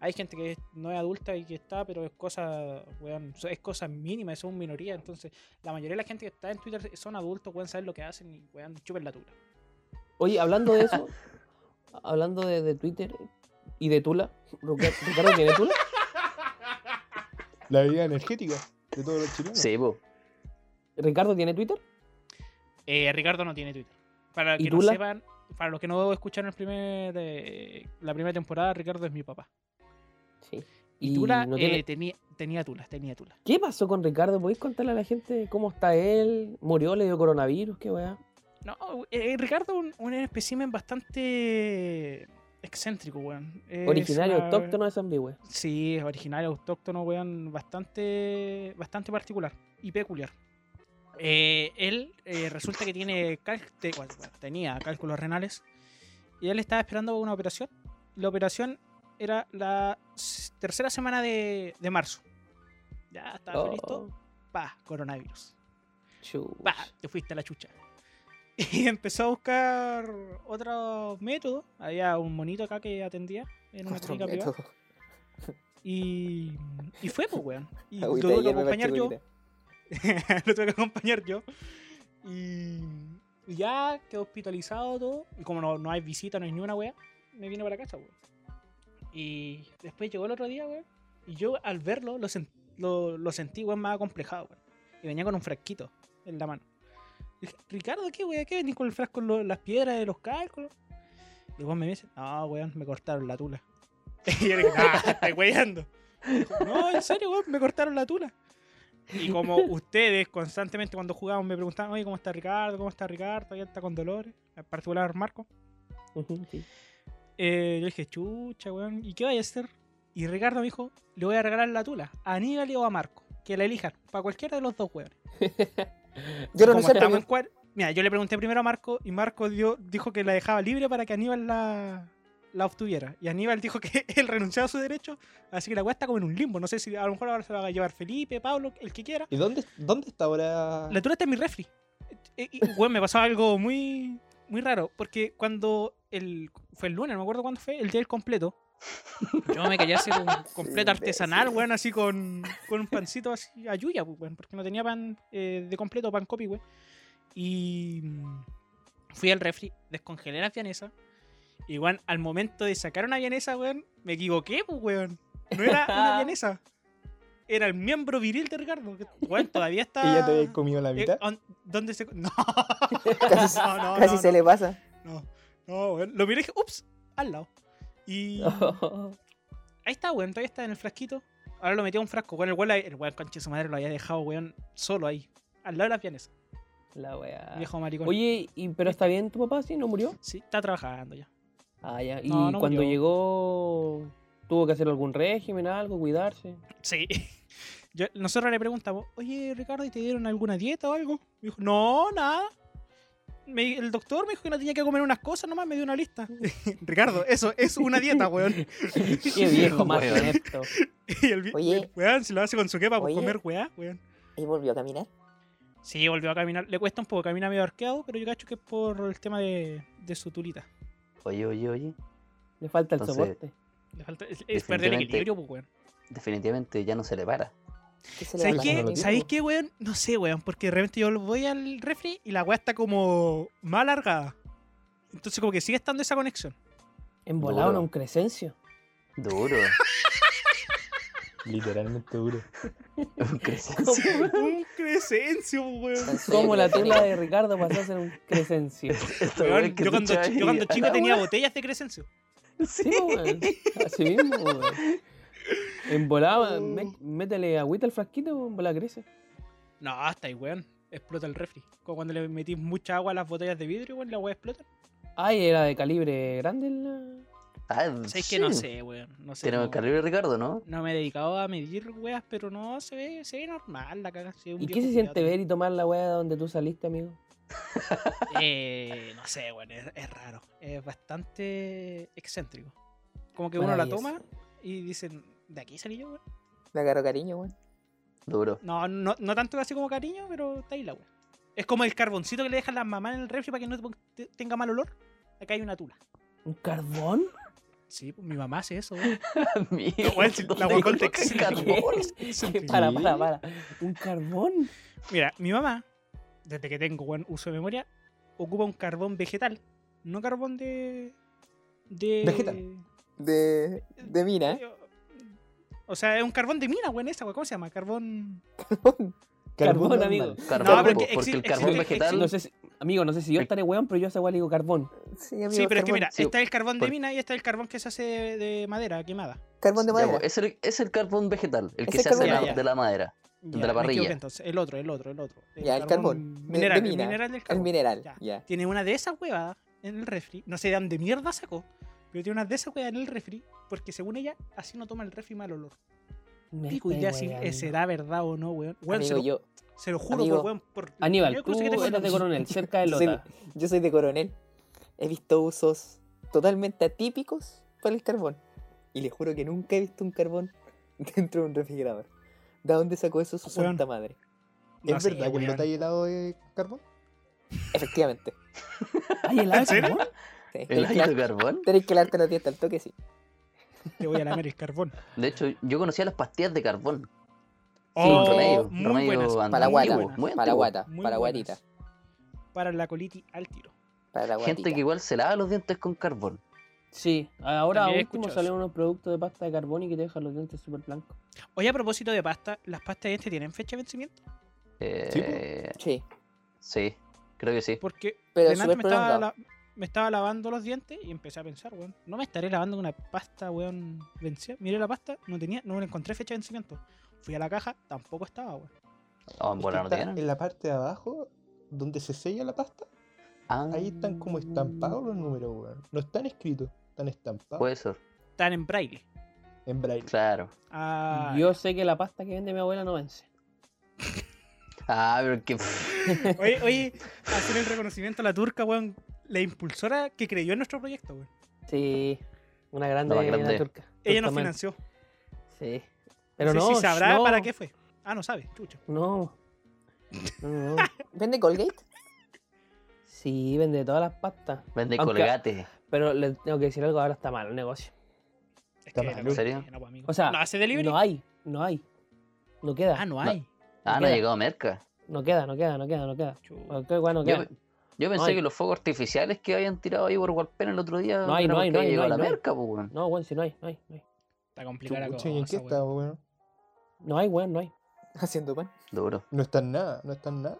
Speaker 5: Hay gente que no es adulta y que está, pero es cosa, weón, es cosa mínima, son minoría, entonces la mayoría de la gente que está en Twitter son adultos, pueden saber lo que hacen y pueden chupen la tula.
Speaker 1: Oye, hablando de eso, hablando de, de Twitter y de Tula, Ruca- Ricardo tiene Tula.
Speaker 4: La bebida energética de todos los chilenos.
Speaker 3: sí, po,
Speaker 1: Ricardo tiene Twitter.
Speaker 5: Eh, Ricardo no tiene Twitter. Para
Speaker 1: ¿Y
Speaker 5: que no
Speaker 1: tula?
Speaker 5: sepan, para los que no escucharon el primer, eh, la primera temporada, Ricardo es mi papá.
Speaker 1: Sí.
Speaker 5: Y, Tula
Speaker 1: no
Speaker 5: eh,
Speaker 1: tiene-
Speaker 5: tenía, tenía Tula, tenía Tula.
Speaker 1: ¿Qué pasó con Ricardo? ¿Podéis contarle a la gente cómo está él? ¿Murió? ¿Le dio coronavirus? ¿Qué weá?
Speaker 5: No, eh, eh, Ricardo es un, un espécimen bastante excéntrico, weón. Es
Speaker 1: Originario,
Speaker 5: una-
Speaker 1: autóctono de San Bigüe.
Speaker 5: Sí, es originario, autóctono, weón, bastante, bastante particular y peculiar. Eh, él eh, resulta que tiene cal- te- bueno, bueno, tenía cálculos renales y él estaba esperando una operación. La operación era la s- tercera semana de, de marzo. Ya estaba
Speaker 1: Oh,
Speaker 5: listo. Pa, coronavirus.
Speaker 1: chuch.
Speaker 5: Pa, te fuiste a la chucha. Y empezó a buscar otros métodos. Había un monito acá que atendía en una
Speaker 2: Otro
Speaker 5: clínica privada.
Speaker 2: método.
Speaker 5: Y, y fue, pues, weón. Y lo
Speaker 2: Agüita
Speaker 5: tuve que
Speaker 2: hierba,
Speaker 5: acompañar yo.
Speaker 2: chupirita.
Speaker 5: lo tuve que acompañar yo. Y, y ya quedó hospitalizado todo. Y como no, no hay visita, no hay ni una wea, me vine para casa, weón. Y después llegó el otro día, weón. Y yo al verlo lo, sen- lo, lo sentí, weón, más acomplejado, weón. Y venía con un frasquito en la mano. Dije, Ricardo, ¿qué, weón? ¿Qué venís con el frasco, en lo- las piedras de los cálculos? Y el weón me dice, no, weón, me cortaron la tula. Y yo le dije, ah, estás weyando. No, en serio, weón, me cortaron la tula. Y como ustedes constantemente cuando jugábamos me preguntaban, oye, ¿cómo está Ricardo? ¿Cómo está Ricardo? ¿Ya está con dolores? En particular Marco.
Speaker 1: Ujú, sí.
Speaker 5: Eh, yo dije, chucha, weón, ¿y qué vaya a hacer? Y Ricardo me dijo, le voy a regalar la tula, a Aníbal o a Marco, que la elijan, para cualquiera de los dos, weón.
Speaker 2: Yo no lo
Speaker 5: Como
Speaker 2: sé,
Speaker 5: estamos
Speaker 2: pero-
Speaker 5: en cuar- Mira, yo le pregunté primero a Marco y Marco dio- dijo que la dejaba libre para que Aníbal la, la obtuviera. Y Aníbal dijo que él renunciaba a su derecho, así que la weá está como en un limbo. No sé si a lo mejor ahora se la va a llevar Felipe, Pablo, el que quiera.
Speaker 4: ¿Y dónde, dónde está ahora?
Speaker 5: La tula está en mi refri. Eh, eh, weón, me pasó algo muy, muy raro. Porque cuando el. Fue el lunes, no me acuerdo cuándo fue, el día del completo. Yo me quería hacer un completo artesanal,
Speaker 2: imbécil.
Speaker 5: weón, así con, con un pancito así a Yuya, pues, weón, porque no tenía pan eh, de completo, pan copy, weón. Y mm, fui al refri, descongelé las vienesas. Y, weón, al momento de sacar una vienesa, weón, me equivoqué, pues, weón. No era una vienesa. Era el miembro viril de Ricardo. que, Weón, todavía está...
Speaker 4: ¿Y ya te habías comido la
Speaker 5: Eh,
Speaker 4: mitad?
Speaker 5: on- ¿Dónde se.? No.
Speaker 2: Casi,
Speaker 5: no, no,
Speaker 2: casi
Speaker 5: no,
Speaker 2: se
Speaker 5: no,
Speaker 2: le pasa.
Speaker 5: No, no, weón. Lo miré y dije, ups, al lado. Y.
Speaker 2: Oh.
Speaker 1: Oh,
Speaker 5: Ahí está, weón. Todavía está en el frasquito. Ahora lo metí a un frasco. Bueno, el weón, la- el weón, conche su madre, lo había dejado, weón, solo ahí. Al lado de las pianesas.
Speaker 1: La
Speaker 2: Ah.
Speaker 1: weá.
Speaker 5: Viejo maricón.
Speaker 1: Oye, ¿y, ¿pero está bien tu papá? ¿Sí? ¿No murió?
Speaker 5: Sí, está trabajando ya.
Speaker 1: Ah, ya. ¿Y
Speaker 5: No, no
Speaker 1: cuando
Speaker 5: murió.
Speaker 1: llegó tuvo que hacer algún régimen, algo, cuidarse?
Speaker 5: Sí. Yo- nosotros le preguntamos, oye, Ricardo, ¿y te dieron alguna dieta o algo? Me dijo, no, nada. Me- el doctor me dijo que no tenía que comer unas cosas, nomás me dio una lista. Ricardo, eso es una dieta, weón.
Speaker 1: Qué viejo más
Speaker 3: Weón.
Speaker 1: inepto.
Speaker 5: Y el, vi-
Speaker 2: Oye.
Speaker 5: el weón, si lo hace con su quepa por
Speaker 2: Oye.
Speaker 5: comer weá, weón.
Speaker 2: Y volvió a caminar.
Speaker 5: Sí, volvió a caminar. Le cuesta un poco, camina medio arqueado, pero yo cacho que es por el tema de, de su tulita.
Speaker 3: Oye, oye, oye.
Speaker 1: Le falta el
Speaker 3: Entonces-
Speaker 1: soporte.
Speaker 5: Le falta, es, es perder el
Speaker 3: Definitivamente.
Speaker 5: equilibrio, pues, weón.
Speaker 3: Definitivamente ya no se le para.
Speaker 2: ¿Qué se le
Speaker 5: ¿Sabéis
Speaker 2: va
Speaker 5: qué?
Speaker 2: pasando?
Speaker 5: ¿Sabéis qué, weón? No sé, weón, porque de repente yo voy al refri y la weá está como más alargada. Entonces como que sigue estando esa conexión.
Speaker 1: Envolado en
Speaker 3: Duro.
Speaker 1: un Crescencio.
Speaker 3: Duro.
Speaker 4: Literalmente duro.
Speaker 3: Un crecencia.
Speaker 5: Un Crescencio, pues, weón.
Speaker 2: En serio,
Speaker 1: Como la
Speaker 2: creo que-
Speaker 1: tula de Ricardo pasó a ser un Crescencio.
Speaker 3: Esta
Speaker 5: Weón,
Speaker 3: weá que
Speaker 5: yo, cuando,
Speaker 3: escuchaba
Speaker 5: chi-
Speaker 3: ahí,
Speaker 5: yo cuando
Speaker 3: a la
Speaker 5: chico tenía
Speaker 3: weá.
Speaker 5: botellas de Crescencio.
Speaker 1: Sí, weón. Así mismo, weón. Envolado, mé- métele agüita al frasquito, envolada crece.
Speaker 5: No, hasta ahí, weón. Explota el refri. Como cuando le metís mucha agua a las botellas de vidrio, weón, la weá explota.
Speaker 1: Ay, era de calibre grande la.
Speaker 3: Ah,
Speaker 5: ¿Sabéis que no
Speaker 3: sí.
Speaker 5: sé, weón? No sé.
Speaker 3: Tenemos
Speaker 5: no-
Speaker 3: el carril Ricardo, ¿no?
Speaker 5: No me he dedicado a medir weas, pero no, se ve, se ve normal la caga. se ve un
Speaker 1: ¿Y qué
Speaker 5: viejo
Speaker 1: se siente
Speaker 5: culiao.
Speaker 1: ver y tomar la weá donde tú saliste, amigo?
Speaker 5: Eh, no sé, bueno, es, es raro. Es bastante excéntrico. Como que uno la
Speaker 1: Maravilloso.
Speaker 5: toma y dicen, ¿de aquí salí yo, weón?
Speaker 2: Le agarró cariño, weón.
Speaker 3: Duro.
Speaker 5: No, no, no tanto así como cariño, pero está ahí la wea. Es como el carboncito que le dejan las mamás en el refri para que no te- tenga mal olor. Acá hay una tula.
Speaker 1: ¿Un carbón?
Speaker 5: Sí, pues mi mamá hace eso, weón.
Speaker 3: Amigo,
Speaker 5: weón, si la
Speaker 3: ¿dónde
Speaker 5: weá con
Speaker 3: coloca
Speaker 5: textura,
Speaker 3: carbón?
Speaker 1: ¿Qué? Para, para, para. ¿Un carbón?
Speaker 5: Mira, mi mamá, desde que tengo buen uso de memoria, ocupa un carbón vegetal. No carbón de. de.
Speaker 4: Vegetal.
Speaker 2: De, de mina, ¿eh?
Speaker 5: O sea, es un carbón de mina, weón, esa, weón. ¿Cómo se llama? Carbón.
Speaker 1: Carbón,
Speaker 4: normal.
Speaker 1: amigo.
Speaker 3: Carbón,
Speaker 5: No,
Speaker 3: po,
Speaker 5: porque
Speaker 3: porque,
Speaker 5: exi-
Speaker 3: el carbón
Speaker 5: exi-
Speaker 3: vegetal.
Speaker 1: No sé si- amigo, no sé si yo estaré weón, pero yo a esa weá le digo carbón.
Speaker 2: Sí, amigo,
Speaker 5: Sí, pero es que
Speaker 2: carbón.
Speaker 5: mira,
Speaker 3: Sí,
Speaker 5: está el carbón de
Speaker 3: por-
Speaker 5: mina y está el carbón que se hace de, de madera quemada.
Speaker 2: Carbón de
Speaker 3: Ya,
Speaker 2: madera.
Speaker 3: po, es, el, es el carbón vegetal, el que
Speaker 2: Ese
Speaker 3: se hace de
Speaker 5: carbón-
Speaker 3: la-
Speaker 5: Ya, ya.
Speaker 3: de la madera. de la
Speaker 5: Ya, me equivoqué,
Speaker 3: parrilla.
Speaker 5: entonces, el otro, el otro, el otro.
Speaker 2: Ya, el carbón de- de
Speaker 5: Mineral, el
Speaker 2: mina,
Speaker 5: mineral del
Speaker 2: El
Speaker 5: carbón.
Speaker 2: mineral,
Speaker 5: Ya.
Speaker 2: ya.
Speaker 5: Tiene una de esas huevadas en el refri. No sé de dónde mierda sacó, pero tiene una de esas huevadas en el refri porque según ella, así no toma el refri mal olor.
Speaker 1: Me
Speaker 5: Pico ya
Speaker 1: estáis
Speaker 5: si eh,
Speaker 1: weando.
Speaker 5: será verdad o no, weón. Weón, se,
Speaker 2: Amigo,
Speaker 5: lo,
Speaker 2: yo,
Speaker 5: se lo juro,
Speaker 2: amigo.
Speaker 5: por weón. Por la
Speaker 1: Aníbal,
Speaker 5: primera
Speaker 1: tú
Speaker 5: cruz que tengo en
Speaker 1: eras de
Speaker 5: la-
Speaker 1: coronel, cerca de
Speaker 2: yo soy,
Speaker 1: Lota.
Speaker 2: yo soy de coronel. He visto usos totalmente atípicos para el carbón. Y le juro que nunca he visto un carbón dentro de un refrigerador. ¿De dónde sacó eso su
Speaker 5: Weón.
Speaker 2: santa madre?
Speaker 5: No
Speaker 4: ¿Es
Speaker 5: sé,
Speaker 4: verdad que
Speaker 5: weón.
Speaker 4: no te hay helado de carbón?
Speaker 2: Efectivamente.
Speaker 1: Ay, el
Speaker 5: ¿En serio?
Speaker 1: carbón.
Speaker 2: Sí,
Speaker 3: El
Speaker 2: tenés, que
Speaker 3: alto
Speaker 2: lar-
Speaker 3: carbón.
Speaker 2: tenés que lavarte los dientes al toque, sí.
Speaker 5: Te voy a lamer el carbón.
Speaker 3: De hecho, yo conocía las pastillas de carbón.
Speaker 5: Oh,
Speaker 3: remedio,
Speaker 5: muy
Speaker 3: remedio
Speaker 5: buenas.
Speaker 3: antiguo,
Speaker 2: Para la guata,
Speaker 5: muy buenas,
Speaker 3: muy
Speaker 2: para la
Speaker 3: antiguo.
Speaker 2: guata,
Speaker 5: muy
Speaker 2: para la
Speaker 5: buenas.
Speaker 2: guatita.
Speaker 5: Para la colitis al tiro.
Speaker 2: Para la guatita.
Speaker 3: Gente que igual se lava los dientes con carbón.
Speaker 1: Sí, ahora
Speaker 5: También he
Speaker 1: último
Speaker 5: escuchado
Speaker 1: salen unos productos de pasta de carbón y que te dejan los dientes súper blancos.
Speaker 5: Oye, a propósito de pasta, ¿las pastas de dientes tienen fecha de vencimiento?
Speaker 3: Eh,
Speaker 2: Sí,
Speaker 3: sí, creo que sí.
Speaker 5: Porque
Speaker 2: pero es
Speaker 5: delante
Speaker 2: súper
Speaker 5: me estaba,
Speaker 2: prolongado.
Speaker 5: la- me estaba lavando los dientes y empecé a pensar, weón, no me estaré lavando una pasta, weón, vencida. Miré la pasta, no tenía, no le encontré fecha de vencimiento. Fui a la caja, tampoco estaba, weón.
Speaker 3: Oh, en
Speaker 4: Es que
Speaker 3: bola no
Speaker 4: está
Speaker 3: tienen.
Speaker 4: En la parte de abajo, donde se sella la pasta,
Speaker 3: Ah,
Speaker 4: ahí están como estampados los números, weón. No están escritos, están estampados
Speaker 2: Pues,
Speaker 3: Puede ser,
Speaker 5: Están en braille.
Speaker 4: en braille.
Speaker 3: claro.
Speaker 5: Ah,
Speaker 1: Yo sé que la pasta que vende mi abuela no vence.
Speaker 3: Ah, pero que.
Speaker 5: Oye, oye, hacer el reconocimiento a la turca, weón, la impulsora que creyó en nuestro proyecto, weón.
Speaker 1: Sí, una grande,
Speaker 3: La más grande.
Speaker 1: la turca.
Speaker 5: Ella nos
Speaker 1: Turcaman.
Speaker 5: financió.
Speaker 1: Sí.
Speaker 5: Pero
Speaker 1: Pero no,
Speaker 5: si sabrá
Speaker 1: no,
Speaker 5: para qué fue. Ah, no sabe, chucho.
Speaker 1: No. No, no, no.
Speaker 2: ¿Vende Colgate?
Speaker 1: Sí, vende todas las pastas.
Speaker 3: Vende
Speaker 1: Aunque-
Speaker 3: colgate.
Speaker 1: Pero le tengo que decir algo, ahora está mal el negocio.
Speaker 5: Es
Speaker 4: Está
Speaker 5: que
Speaker 4: mal,
Speaker 5: la
Speaker 4: ¿en
Speaker 5: cuarentena,
Speaker 3: serio?
Speaker 5: pues, amigo.
Speaker 1: O sea,
Speaker 5: ¿no hace delivery?
Speaker 1: No hay, no hay. No queda.
Speaker 5: ah, no
Speaker 3: no.
Speaker 5: hay.
Speaker 3: Ah, no
Speaker 1: queda.
Speaker 3: ha llegado Merca.
Speaker 1: No queda, no queda, no queda, no queda.
Speaker 5: Chu-
Speaker 1: Ok, bueno,
Speaker 3: Yo,
Speaker 1: queda.
Speaker 3: yo pensé
Speaker 1: hay.
Speaker 3: que los fuegos artificiales que habían tirado ahí por Walpen el otro día
Speaker 1: No hay,
Speaker 3: era
Speaker 1: no hay,
Speaker 3: porque
Speaker 1: no hay,
Speaker 3: había
Speaker 1: no
Speaker 3: llegado
Speaker 1: hay,
Speaker 3: la
Speaker 1: no hay.
Speaker 3: merca, pues, weón.
Speaker 1: No, weón, si no hay, no hay, no hay.
Speaker 5: Está complicada la
Speaker 4: Chucha, ¿y en qué
Speaker 5: cosa,
Speaker 4: está,
Speaker 5: weón.
Speaker 4: weón?
Speaker 1: No hay, weón, no hay.
Speaker 2: Haciendo pan.
Speaker 3: Duro.
Speaker 4: No está en nada, no está en nada.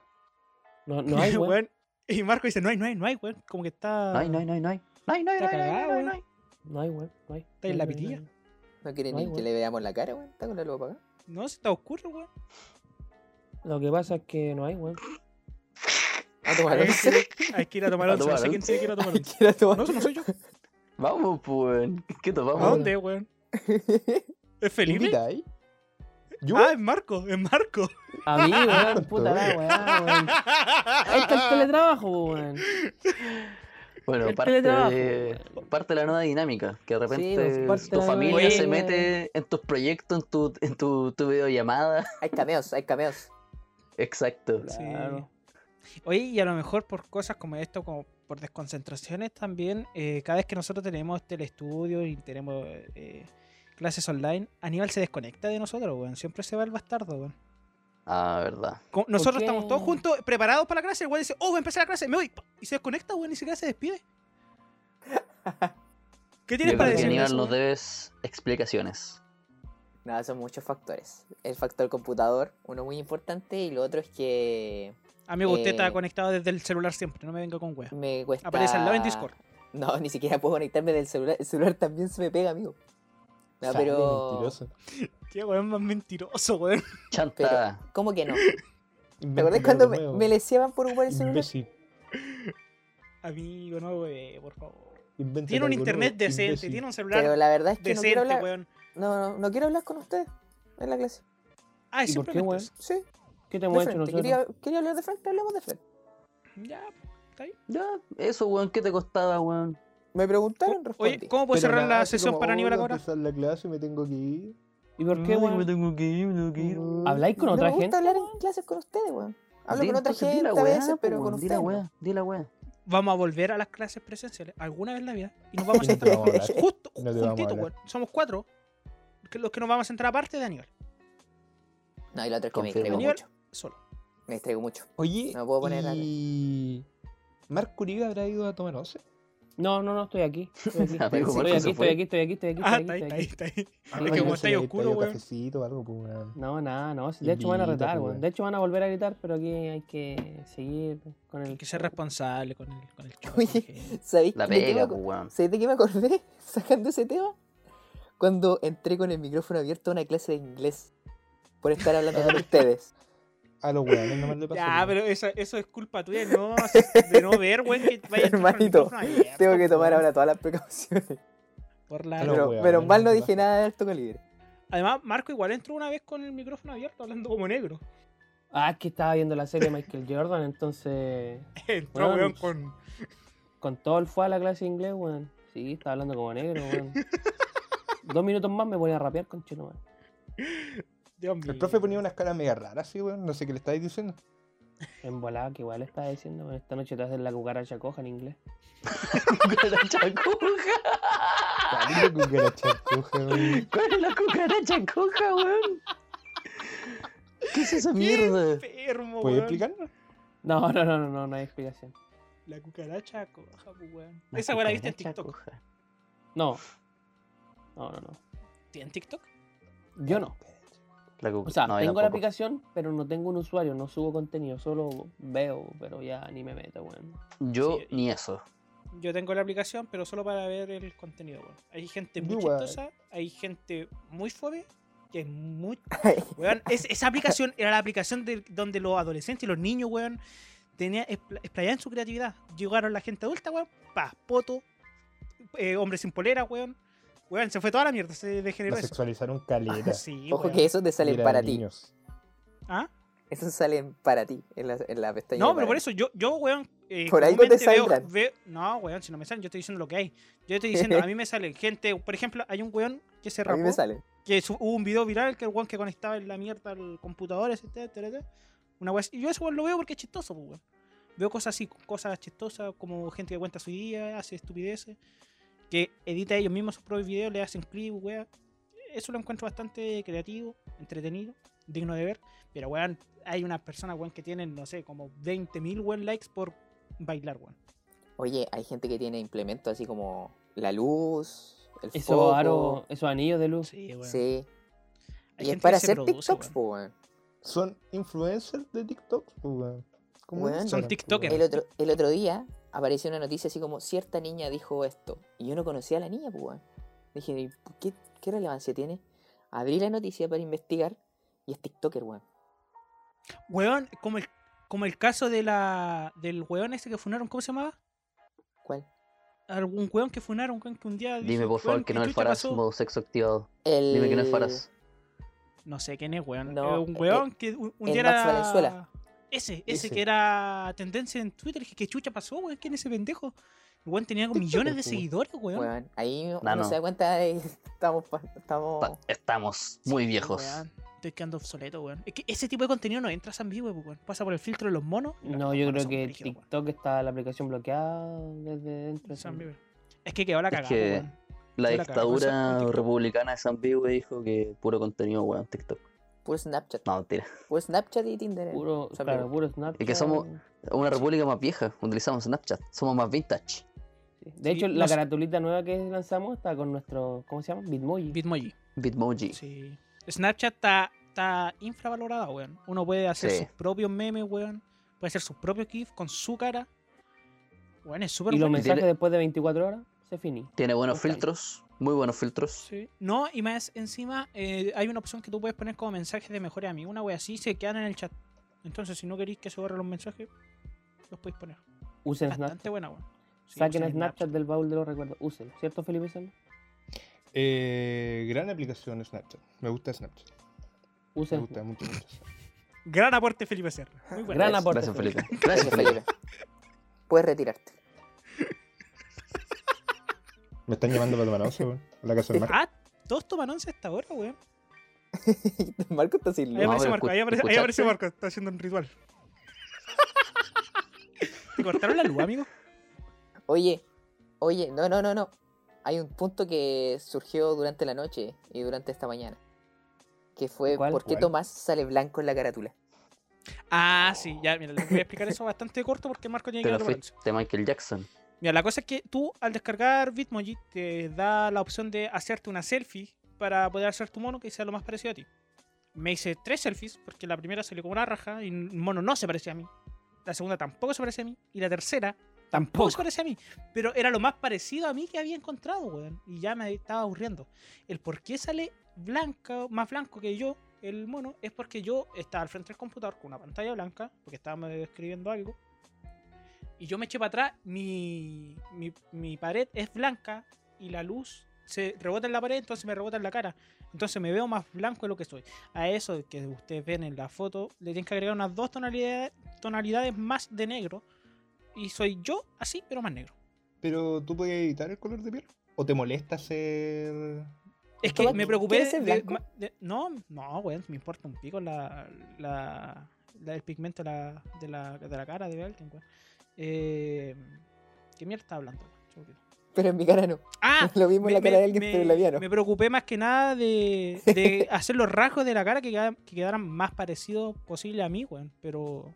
Speaker 1: No, no hay, weón.
Speaker 5: Weón, Y Marco dice, no hay, no hay, no hay, weón. Como que está...
Speaker 3: No hay, no hay, no hay, no hay. No hay, no hay, no
Speaker 5: Está
Speaker 3: hay, no hay,
Speaker 5: cagado,
Speaker 3: no hay,
Speaker 5: weón.
Speaker 3: no hay.
Speaker 1: No hay, weón, no hay.
Speaker 5: Está en la
Speaker 1: No, no, no,
Speaker 5: pitilla.
Speaker 1: no.
Speaker 2: No quiere
Speaker 1: No
Speaker 2: ni
Speaker 1: hay,
Speaker 2: que
Speaker 1: weón.
Speaker 2: le veamos la cara, weón. Está con la luz apagada.
Speaker 5: No, se está oscuro, weón.
Speaker 1: Lo que pasa es que no hay, weón.
Speaker 2: A Ah, tomar
Speaker 5: Hay que,
Speaker 2: once.
Speaker 5: ir- hay que ir a tomar
Speaker 3: A
Speaker 5: once. No
Speaker 3: tomar
Speaker 5: sé quién tiene que ir a tomar
Speaker 2: Hay
Speaker 5: once.
Speaker 2: que ir a tomar
Speaker 5: No, eso no soy yo.
Speaker 3: Vamos, pues, weón. ¿Qué
Speaker 5: ¿A
Speaker 3: topamos?
Speaker 4: Vamos.
Speaker 5: dónde, weón? ¿Es Felipe?
Speaker 4: ¿Invita ahí? ¿Yo?
Speaker 5: Ah, es Marco, es Marco.
Speaker 1: A mí, weón,
Speaker 4: Harto.
Speaker 1: puta la weá, weón. Ahí está el teletrabajo, weón.
Speaker 3: Bueno,
Speaker 1: El
Speaker 3: parte
Speaker 1: teletrabajo,
Speaker 3: de, parte de la nueva dinámica, que de repente
Speaker 1: pues, parte de
Speaker 3: tu
Speaker 1: la nueva
Speaker 3: familia se
Speaker 1: dinámica.
Speaker 3: mete en tus proyectos, en tu, en tu, tu videollamada.
Speaker 2: Hay cameos, hay cameos.
Speaker 3: Exacto.
Speaker 1: Claro.
Speaker 5: Sí. Oye, y a lo mejor por cosas como esto, como por desconcentraciones también, eh, cada vez que nosotros tenemos telestudio y tenemos eh, clases online, Aníbal se desconecta de nosotros, weón. Siempre se va el bastardo, weón.
Speaker 3: Ah, verdad.
Speaker 5: Co- Nosotros
Speaker 1: qué?
Speaker 5: estamos todos juntos, preparados para la clase, el weón dice, oh, voy a empezar la clase, me voy. pa, Y se desconecta, weón, ni siquiera se despide. ¿Qué tienes
Speaker 3: Yo
Speaker 5: para
Speaker 3: creo que
Speaker 5: decir? de
Speaker 3: Aníbal
Speaker 5: eso,
Speaker 3: nos
Speaker 5: weón?
Speaker 3: debes explicaciones.
Speaker 2: Nada, son muchos factores. El factor computador, uno muy importante, y lo otro es que
Speaker 5: Amigo, usted está
Speaker 2: Eh.
Speaker 5: conectado desde el celular siempre, no me venga con weón.
Speaker 2: me cuesta.
Speaker 5: Aparece al lado en Discord.
Speaker 2: No, ni siquiera puedo conectarme del celular. El celular también se me pega, amigo. No,
Speaker 4: Sale,
Speaker 2: Ah, pero.
Speaker 4: mentiroso.
Speaker 5: Qué weón más mentiroso, weón.
Speaker 3: Chanta.
Speaker 2: ¿Cómo que no? ¿Te
Speaker 4: Inventa
Speaker 2: acordás
Speaker 4: algo
Speaker 2: cuando me,
Speaker 4: nuevo,
Speaker 2: me leseaban por ocupar el celular?
Speaker 4: Imbécil.
Speaker 5: Amigo, no, weón, por favor.
Speaker 4: Inventa
Speaker 5: Tiene un
Speaker 4: algo nuevo,
Speaker 5: internet decente,
Speaker 4: imbécil.
Speaker 5: tiene un celular
Speaker 2: Pero la verdad es que no
Speaker 5: decente,
Speaker 2: quiero, hablar,
Speaker 5: weón.
Speaker 2: no, no, no quiero hablar con ustedes en la clase.
Speaker 5: Ah,
Speaker 1: ¿Y por qué,
Speaker 5: simplemente
Speaker 1: weón?
Speaker 5: eso.
Speaker 2: Sí,
Speaker 1: ¿Qué te
Speaker 2: de
Speaker 1: hemos hecho
Speaker 2: frente.
Speaker 1: nosotros?
Speaker 2: Quería, quería hablar de frente, hablemos de frente.
Speaker 5: Ya.
Speaker 3: Ya, eso, weón, ¿qué te costaba, weón?
Speaker 2: Me preguntaron, respondí.
Speaker 5: Oye, ¿cómo puedo
Speaker 4: Pero
Speaker 5: cerrar
Speaker 4: nada,
Speaker 5: la
Speaker 4: así
Speaker 5: sesión
Speaker 4: como,
Speaker 5: para
Speaker 4: "Oh,
Speaker 5: Aníbal
Speaker 4: voy a
Speaker 5: ahora?
Speaker 4: empezar la clase, me tengo que ir.
Speaker 1: ¿Y por qué,
Speaker 3: Ay, me
Speaker 1: weón?
Speaker 3: tengo que ir, me tengo que ir.
Speaker 1: ¿Habláis con
Speaker 2: no
Speaker 1: otra
Speaker 2: me gusta
Speaker 1: gente?
Speaker 2: hablar en clases con ustedes, weón. Hablo
Speaker 3: Mm, Di,
Speaker 2: con otra
Speaker 3: entonces, di
Speaker 2: gente
Speaker 3: la
Speaker 2: a
Speaker 3: weá,
Speaker 2: veces,
Speaker 3: po,
Speaker 2: pero con
Speaker 3: weón, Di
Speaker 2: ustedes.
Speaker 3: la
Speaker 2: no.
Speaker 3: weá, di la weá.
Speaker 5: Vamos a volver a las clases presenciales alguna vez en la vida y nos vamos a
Speaker 4: Y no te
Speaker 5: sentar
Speaker 4: vamos a hablar.
Speaker 5: justo,
Speaker 4: No te vamos a
Speaker 5: juntito,
Speaker 4: hablar.
Speaker 5: weón. Somos cuatro que los que nos vamos a sentar aparte de Aníbal,
Speaker 2: No, y lo otro es que me
Speaker 3: Confirmo.
Speaker 2: distraigo
Speaker 5: Aníbal.
Speaker 2: mucho.
Speaker 5: solo.
Speaker 2: Me distraigo mucho.
Speaker 4: Oye,
Speaker 2: No puedo poner
Speaker 4: y... Marc Curiga habrá ido a tomar once.
Speaker 1: No, no, no, estoy aquí. Estoy aquí, estoy
Speaker 3: Amigo,
Speaker 1: aquí,
Speaker 3: Marco se
Speaker 1: estoy
Speaker 3: fue.
Speaker 1: aquí, estoy aquí, estoy aquí, estoy aquí,
Speaker 5: Ah,
Speaker 1: estoy
Speaker 5: está ahí,
Speaker 1: aquí,
Speaker 5: está
Speaker 1: estoy aquí.
Speaker 5: ahí, está
Speaker 1: Ah,
Speaker 5: ahí. Es
Speaker 1: bueno,
Speaker 5: que como
Speaker 1: yo
Speaker 5: está ahí oscuro,
Speaker 4: un
Speaker 5: weón.
Speaker 4: cafecito o algo, pues, weón.
Speaker 1: No, nada, no. si De hecho van a
Speaker 4: Invita,
Speaker 1: retar,
Speaker 4: pues,
Speaker 1: weón.
Speaker 4: weón.
Speaker 1: De hecho van a volver a gritar, pero aquí hay que seguir con
Speaker 5: Hay
Speaker 1: el...
Speaker 5: que ser responsable con el, con el show.
Speaker 2: Oye.
Speaker 5: porque-
Speaker 2: ¿Sabéis
Speaker 3: La
Speaker 2: de qué me
Speaker 3: pega,
Speaker 2: aco-
Speaker 3: pues, weón.
Speaker 2: ¿Sabéis de qué me acordé sacando ese tema? Cuando entré con el micrófono abierto a una clase de inglés por estar hablando con ustedes.
Speaker 4: A Ah, los weones nomás le pasó.
Speaker 5: Ya,
Speaker 4: weón.
Speaker 5: pero esa- eso es culpa tuya de no, de no ver, weón, que vaya a entrar con el
Speaker 2: Hermanito,
Speaker 5: micrófono abierto,
Speaker 2: tengo que tomar
Speaker 5: weón.
Speaker 2: ahora todas las precauciones.
Speaker 5: Por la
Speaker 4: Pero-
Speaker 2: Pero,
Speaker 4: weón,
Speaker 2: menos mal no
Speaker 4: ¿qué
Speaker 2: dije
Speaker 4: pasa?
Speaker 2: nada de alto calibre.
Speaker 5: Además, Marco igual entró una vez con el micrófono abierto hablando como negro.
Speaker 1: Ah, es que estaba viendo la serie de Michael Jordan, entonces...
Speaker 5: Entró,
Speaker 1: Weón.
Speaker 5: weón, con.
Speaker 1: Con todo el fue a la clase de inglés, weón. Sí, estaba hablando como negro, weón. Dos minutos más me voy a rapear con chino, weón.
Speaker 5: Dios mío.
Speaker 4: El profe ponía unas caras mega raras, sí, weón. No sé qué le estáis diciendo.
Speaker 1: En volada, que igual estaba diciendo, weón. Esta noche te hacen la cucaracha coja en inglés.
Speaker 3: Cucaracha coja.
Speaker 4: Dale, cucaracha, coja, weón.
Speaker 3: ¿Cuál es la cucaracha coja, weón? ¿Qué es esa
Speaker 5: ¡Qué
Speaker 3: mierda?
Speaker 5: enfermo,
Speaker 4: ¿Puedes
Speaker 5: weón!
Speaker 4: explicarnos?
Speaker 1: No, no, no, no, no, no hay explicación.
Speaker 5: La cucaracha coja, pues, weón.
Speaker 3: La
Speaker 5: Esa weón la viste en
Speaker 3: cucaracha
Speaker 5: TikTok.
Speaker 3: coja.
Speaker 1: No. No, no, no.
Speaker 5: ¿En TikTok?
Speaker 1: Yo no.
Speaker 3: La cuc-
Speaker 1: O sea,
Speaker 3: no, yo
Speaker 1: tengo la
Speaker 3: tampoco.
Speaker 1: aplicación, pero no tengo un usuario, no subo contenido, solo veo, pero ya ni me meto, weón.
Speaker 3: Yo
Speaker 5: Sí,
Speaker 3: ni eso.
Speaker 5: Yo tengo la aplicación, pero solo para ver el contenido, weón. Hay gente muy
Speaker 4: Yo igual.
Speaker 5: chistosa, hay gente muy fome y hay muy. Weón, es- esa aplicación era la aplicación de, donde los adolescentes y los niños, weón, tenía, expla- explayaban su creatividad. Llegaron la gente adulta, weón, pa, poto, eh, hombre sin polera, weón. Weón, se fue toda la mierda, se degeneró
Speaker 4: La
Speaker 5: eso.
Speaker 4: sexualizaron caleta.
Speaker 5: Ah, Sí,
Speaker 2: Ojo
Speaker 5: weón.
Speaker 2: que esos te salen
Speaker 4: Mira,
Speaker 2: para ti.
Speaker 4: niños.
Speaker 5: ¿Ah?
Speaker 2: Esos salen para ti en la, en la pestaña.
Speaker 5: No,
Speaker 2: de para
Speaker 5: pero por
Speaker 2: ti.
Speaker 5: eso yo, yo weón. eh,
Speaker 2: Por algo te
Speaker 5: comúnmente veo-
Speaker 2: saldrán.
Speaker 5: veo- no, weón, si no me salen, yo estoy diciendo lo que hay. Yo estoy diciendo, a mí me sale gente. Por ejemplo, hay un weón que se
Speaker 2: A mí
Speaker 5: rapó.
Speaker 2: me salen.
Speaker 5: Que su- hubo un video viral que el weón que conectaba en la mierda al computador, etcétera, etcétera. Una weá así. Y yo eso weón, lo veo porque es chistoso, pues, weón. Veo cosas así, cosas chistosas, como gente que cuenta su día, hace estupideces. Que edita ellos mismos sus propios videos, le hacen clip, weón. Eso lo encuentro bastante creativo, entretenido. digno de ver. Pero, weón, hay unas personas, weón, que tienen, no sé, como 20.000, weón, likes por bailar, weón.
Speaker 2: Oye, hay gente que tiene implementos así como la luz, el
Speaker 1: Esos
Speaker 2: foco.
Speaker 1: aros, esos anillos de luz.
Speaker 5: Sí, weón.
Speaker 2: Sí. y
Speaker 5: Hay gente
Speaker 2: es para
Speaker 5: que se
Speaker 2: hacer
Speaker 5: produce,
Speaker 2: TikToks,
Speaker 5: weón.
Speaker 2: po, weón.
Speaker 4: Son influencers de TikTok, pues, weón. Como
Speaker 2: Weón.
Speaker 4: Instagram,
Speaker 5: Son
Speaker 4: pues,
Speaker 5: tiktokers.
Speaker 4: weón.
Speaker 2: El otro, el otro día apareció una noticia así como cierta niña dijo esto. Y yo no conocía a la niña, pues weón. Dije, "¿Y ¿qué, qué relevancia tiene? Abrí la noticia para investigar y es TikToker, weón.
Speaker 5: Weón, como el, como el caso de la, del weón ese que funaron, ¿cómo se llamaba?
Speaker 2: ¿Cuál?
Speaker 5: Algún weón que funaron, weón, que un día.
Speaker 3: Dime
Speaker 5: dijo,
Speaker 3: por favor
Speaker 5: "Weón,
Speaker 3: que
Speaker 5: ¿qué
Speaker 3: no es el
Speaker 5: chucha
Speaker 3: Faraz
Speaker 5: pasó?".
Speaker 3: modo sexo activado.
Speaker 2: El...
Speaker 3: Dime que no es Faraz.
Speaker 5: No sé quién es, weón.
Speaker 2: No,
Speaker 5: Eh, un
Speaker 2: eh,
Speaker 5: weón que un un
Speaker 2: el
Speaker 5: día
Speaker 2: Max
Speaker 5: era.
Speaker 2: Valenzuela.
Speaker 5: Ese, ese
Speaker 4: Ese.
Speaker 5: que era tendencia en Twitter. Dije, ¿qué chucha pasó, weón? ¿Quién es ese pendejo? El weón tenía como millones de
Speaker 4: pues, weón.
Speaker 5: seguidores, weón.
Speaker 2: Weón, ahí uno
Speaker 3: no.
Speaker 2: se da cuenta de que estamos... pa- estamos...
Speaker 3: Pa- Estamos muy
Speaker 5: Sí,
Speaker 3: viejos.
Speaker 5: weón. Estoy quedando obsoleto, weón. Es que ese tipo de contenido no entra a San Vivo, weón. Pasa por el filtro de los monos. y los
Speaker 1: No, yo
Speaker 5: monos
Speaker 1: creo
Speaker 5: son
Speaker 1: que
Speaker 5: brígidos, weón.
Speaker 1: TikTok está la aplicación bloqueada desde dentro.
Speaker 5: San Vivo. Es que quedó la
Speaker 3: Es
Speaker 5: cagada,
Speaker 3: que-
Speaker 5: weón.
Speaker 3: La
Speaker 5: Sí, la cagó, eso- en
Speaker 3: dictadura
Speaker 5: TikTok.
Speaker 3: republicana de San Vivo dijo que puro contenido, weón, TikTok.
Speaker 2: Puro Snapchat.
Speaker 3: No, mentira.
Speaker 2: Puro Snapchat y Tinder. eh.
Speaker 1: Puro,
Speaker 2: San
Speaker 1: claro,
Speaker 2: Vivo.
Speaker 1: puro Snapchat.
Speaker 3: que somos- Una república más vieja, utilizamos Snapchat, somos más vintage.
Speaker 1: Sí. De
Speaker 5: Sí,
Speaker 1: hecho, la
Speaker 5: nos-
Speaker 1: caratulita nueva que lanzamos está con nuestro, ¿cómo se llama? Bitmoji.
Speaker 5: Bitmoji.
Speaker 3: Bitmoji.
Speaker 5: Sí. Snapchat está, está infravalorada, weón. Uno puede hacer
Speaker 3: Sí.
Speaker 5: sus propios memes, weón. Puede hacer sus propios GIFs con su cara. Weón, es súper
Speaker 1: y los
Speaker 5: bueno.
Speaker 1: mensajes
Speaker 3: Tiene-
Speaker 1: después de 24 horas se finí.
Speaker 3: Tiene buenos
Speaker 1: Bacán.
Speaker 3: filtros, muy buenos filtros.
Speaker 5: Sí. No, y más encima eh, hay una opción que tú puedes poner como mensajes de mejores amigos. Una wea así se quedan en el chat. Entonces, si no queréis que se borren los mensajes, los podéis poner.
Speaker 1: Usen Snapchat.
Speaker 5: Bastante buena, weón. Sí,
Speaker 1: Saquen
Speaker 5: usen
Speaker 1: Snapchat, del baúl de los recuerdos. Úsenlo. ¿Cierto, Felipe? Salma?
Speaker 4: Eh, gran aplicación Snapchat. Me gusta Snapchat. Me
Speaker 1: Usen.
Speaker 4: gusta mucho, mucho.
Speaker 5: Gran aporte, Felipe Serra. Muy bueno.
Speaker 1: Gran aporte.
Speaker 3: Gracias,
Speaker 1: Felipe.
Speaker 3: Felipe. Gracias, Felipe.
Speaker 2: Puedes retirarte.
Speaker 4: Me están llamando para tomar once, weón. A la casa del mar.
Speaker 5: Ah, todos toman once hasta ahora, weón.
Speaker 2: Marco está sin
Speaker 5: Ahí
Speaker 2: luz.
Speaker 3: No,
Speaker 5: aparece
Speaker 3: pero
Speaker 5: Marco,
Speaker 3: escu-
Speaker 5: ahí aparece, ahí
Speaker 3: escuchaste.
Speaker 5: aparece Marco, está haciendo un ritual. ¿Te cortaron la luz, amigo?
Speaker 2: Oye, oye, no, no, no, no. Hay un punto que surgió durante la noche y durante esta mañana. Que fue
Speaker 1: ¿Cuál?
Speaker 2: por qué
Speaker 4: ¿Cuál?
Speaker 2: Tomás sale blanco en la carátula.
Speaker 5: Ah, sí, ya, mira, les voy a explicar eso bastante corto porque Marco tiene
Speaker 3: Te
Speaker 5: que ir
Speaker 3: lo
Speaker 5: a tomar once.
Speaker 3: fuiste, Michael Jackson.
Speaker 5: Mira, la cosa es que tú al descargar Bitmoji te da la opción de hacerte una selfie para poder hacer tu mono que sea lo más parecido a ti. Me hice tres selfies porque la primera salió como una raja y el mono no se parecía a mí. La segunda tampoco se parecía a mí. Y la tercera tampoco se parecía a mí. Pero era lo más parecido a mí que había encontrado, weón. Y ya me estaba aburriendo. El por qué sale blanca, más blanco que yo, el mono, es porque yo estaba al frente del computador con una pantalla blanca, porque estábamos escribiendo algo. Y yo me eché para atrás, mi, mi, mi pared es blanca y la luz se rebota en la pared, entonces me rebota en la cara. Entonces me veo más blanco de lo que soy. A eso que ustedes ven en la foto, le tienen que agregar unas dos tonalidades, tonalidades más de negro. Y soy yo así, pero más negro.
Speaker 4: Pero tú puedes editar el color de piel. ¿O te molesta ser.
Speaker 5: Es que
Speaker 2: Toma,
Speaker 5: me preocupé.
Speaker 2: ¿quieres ser
Speaker 5: de-
Speaker 2: blanco?
Speaker 5: de- no, no, weón, me importa un pico la, la, la- el pigmento de la, de la, de la cara de alguien, weón. Eh, ¿Qué mierda está hablando? weón? Se me olvidó.
Speaker 2: Pero en mi cara no.
Speaker 5: Ah,
Speaker 2: Lo mismo en la cara de alguien, pero en la mía no.
Speaker 5: me preocupé más que nada de, de hacer los rasgos de la cara que, queda- que quedaran más parecidos posible a mí, weón. Pero.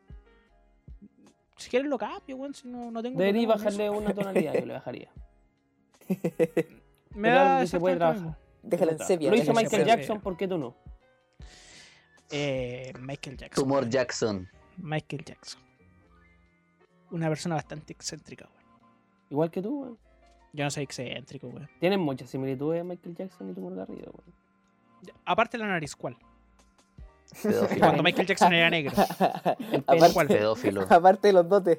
Speaker 5: Si quieres lo cambio, weón. Si no, no tengo.
Speaker 1: Debería
Speaker 5: problema con
Speaker 1: bajarle una tonalidad, yo le bajaría.
Speaker 5: eso. Me
Speaker 1: pero
Speaker 5: da
Speaker 1: algo que se puede
Speaker 5: exactamente lo
Speaker 2: Déjala en sepia.
Speaker 1: Lo
Speaker 5: ya
Speaker 1: hizo
Speaker 5: no
Speaker 2: déjala en
Speaker 5: se
Speaker 1: Michael
Speaker 5: puede.
Speaker 2: sepia.
Speaker 1: Jackson, ¿por qué tú no?
Speaker 5: mismo. Eh, Michael Jackson.
Speaker 3: Tumor
Speaker 5: weón.
Speaker 3: Jackson.
Speaker 5: Michael Jackson. Una persona bastante excéntrica, weón.
Speaker 1: Igual que tú, weón.
Speaker 5: Yo no soy excéntrico, weón.
Speaker 1: Tienen muchas similitudes a Michael Jackson y tu Garrido, weón.
Speaker 5: Ya, Aparte la nariz, ¿cuál?
Speaker 3: Pedófilo.
Speaker 5: Cuando Michael Jackson era negro. ¿Cuál?
Speaker 2: aparte,
Speaker 3: Pedófilo.
Speaker 2: aparte de los dotes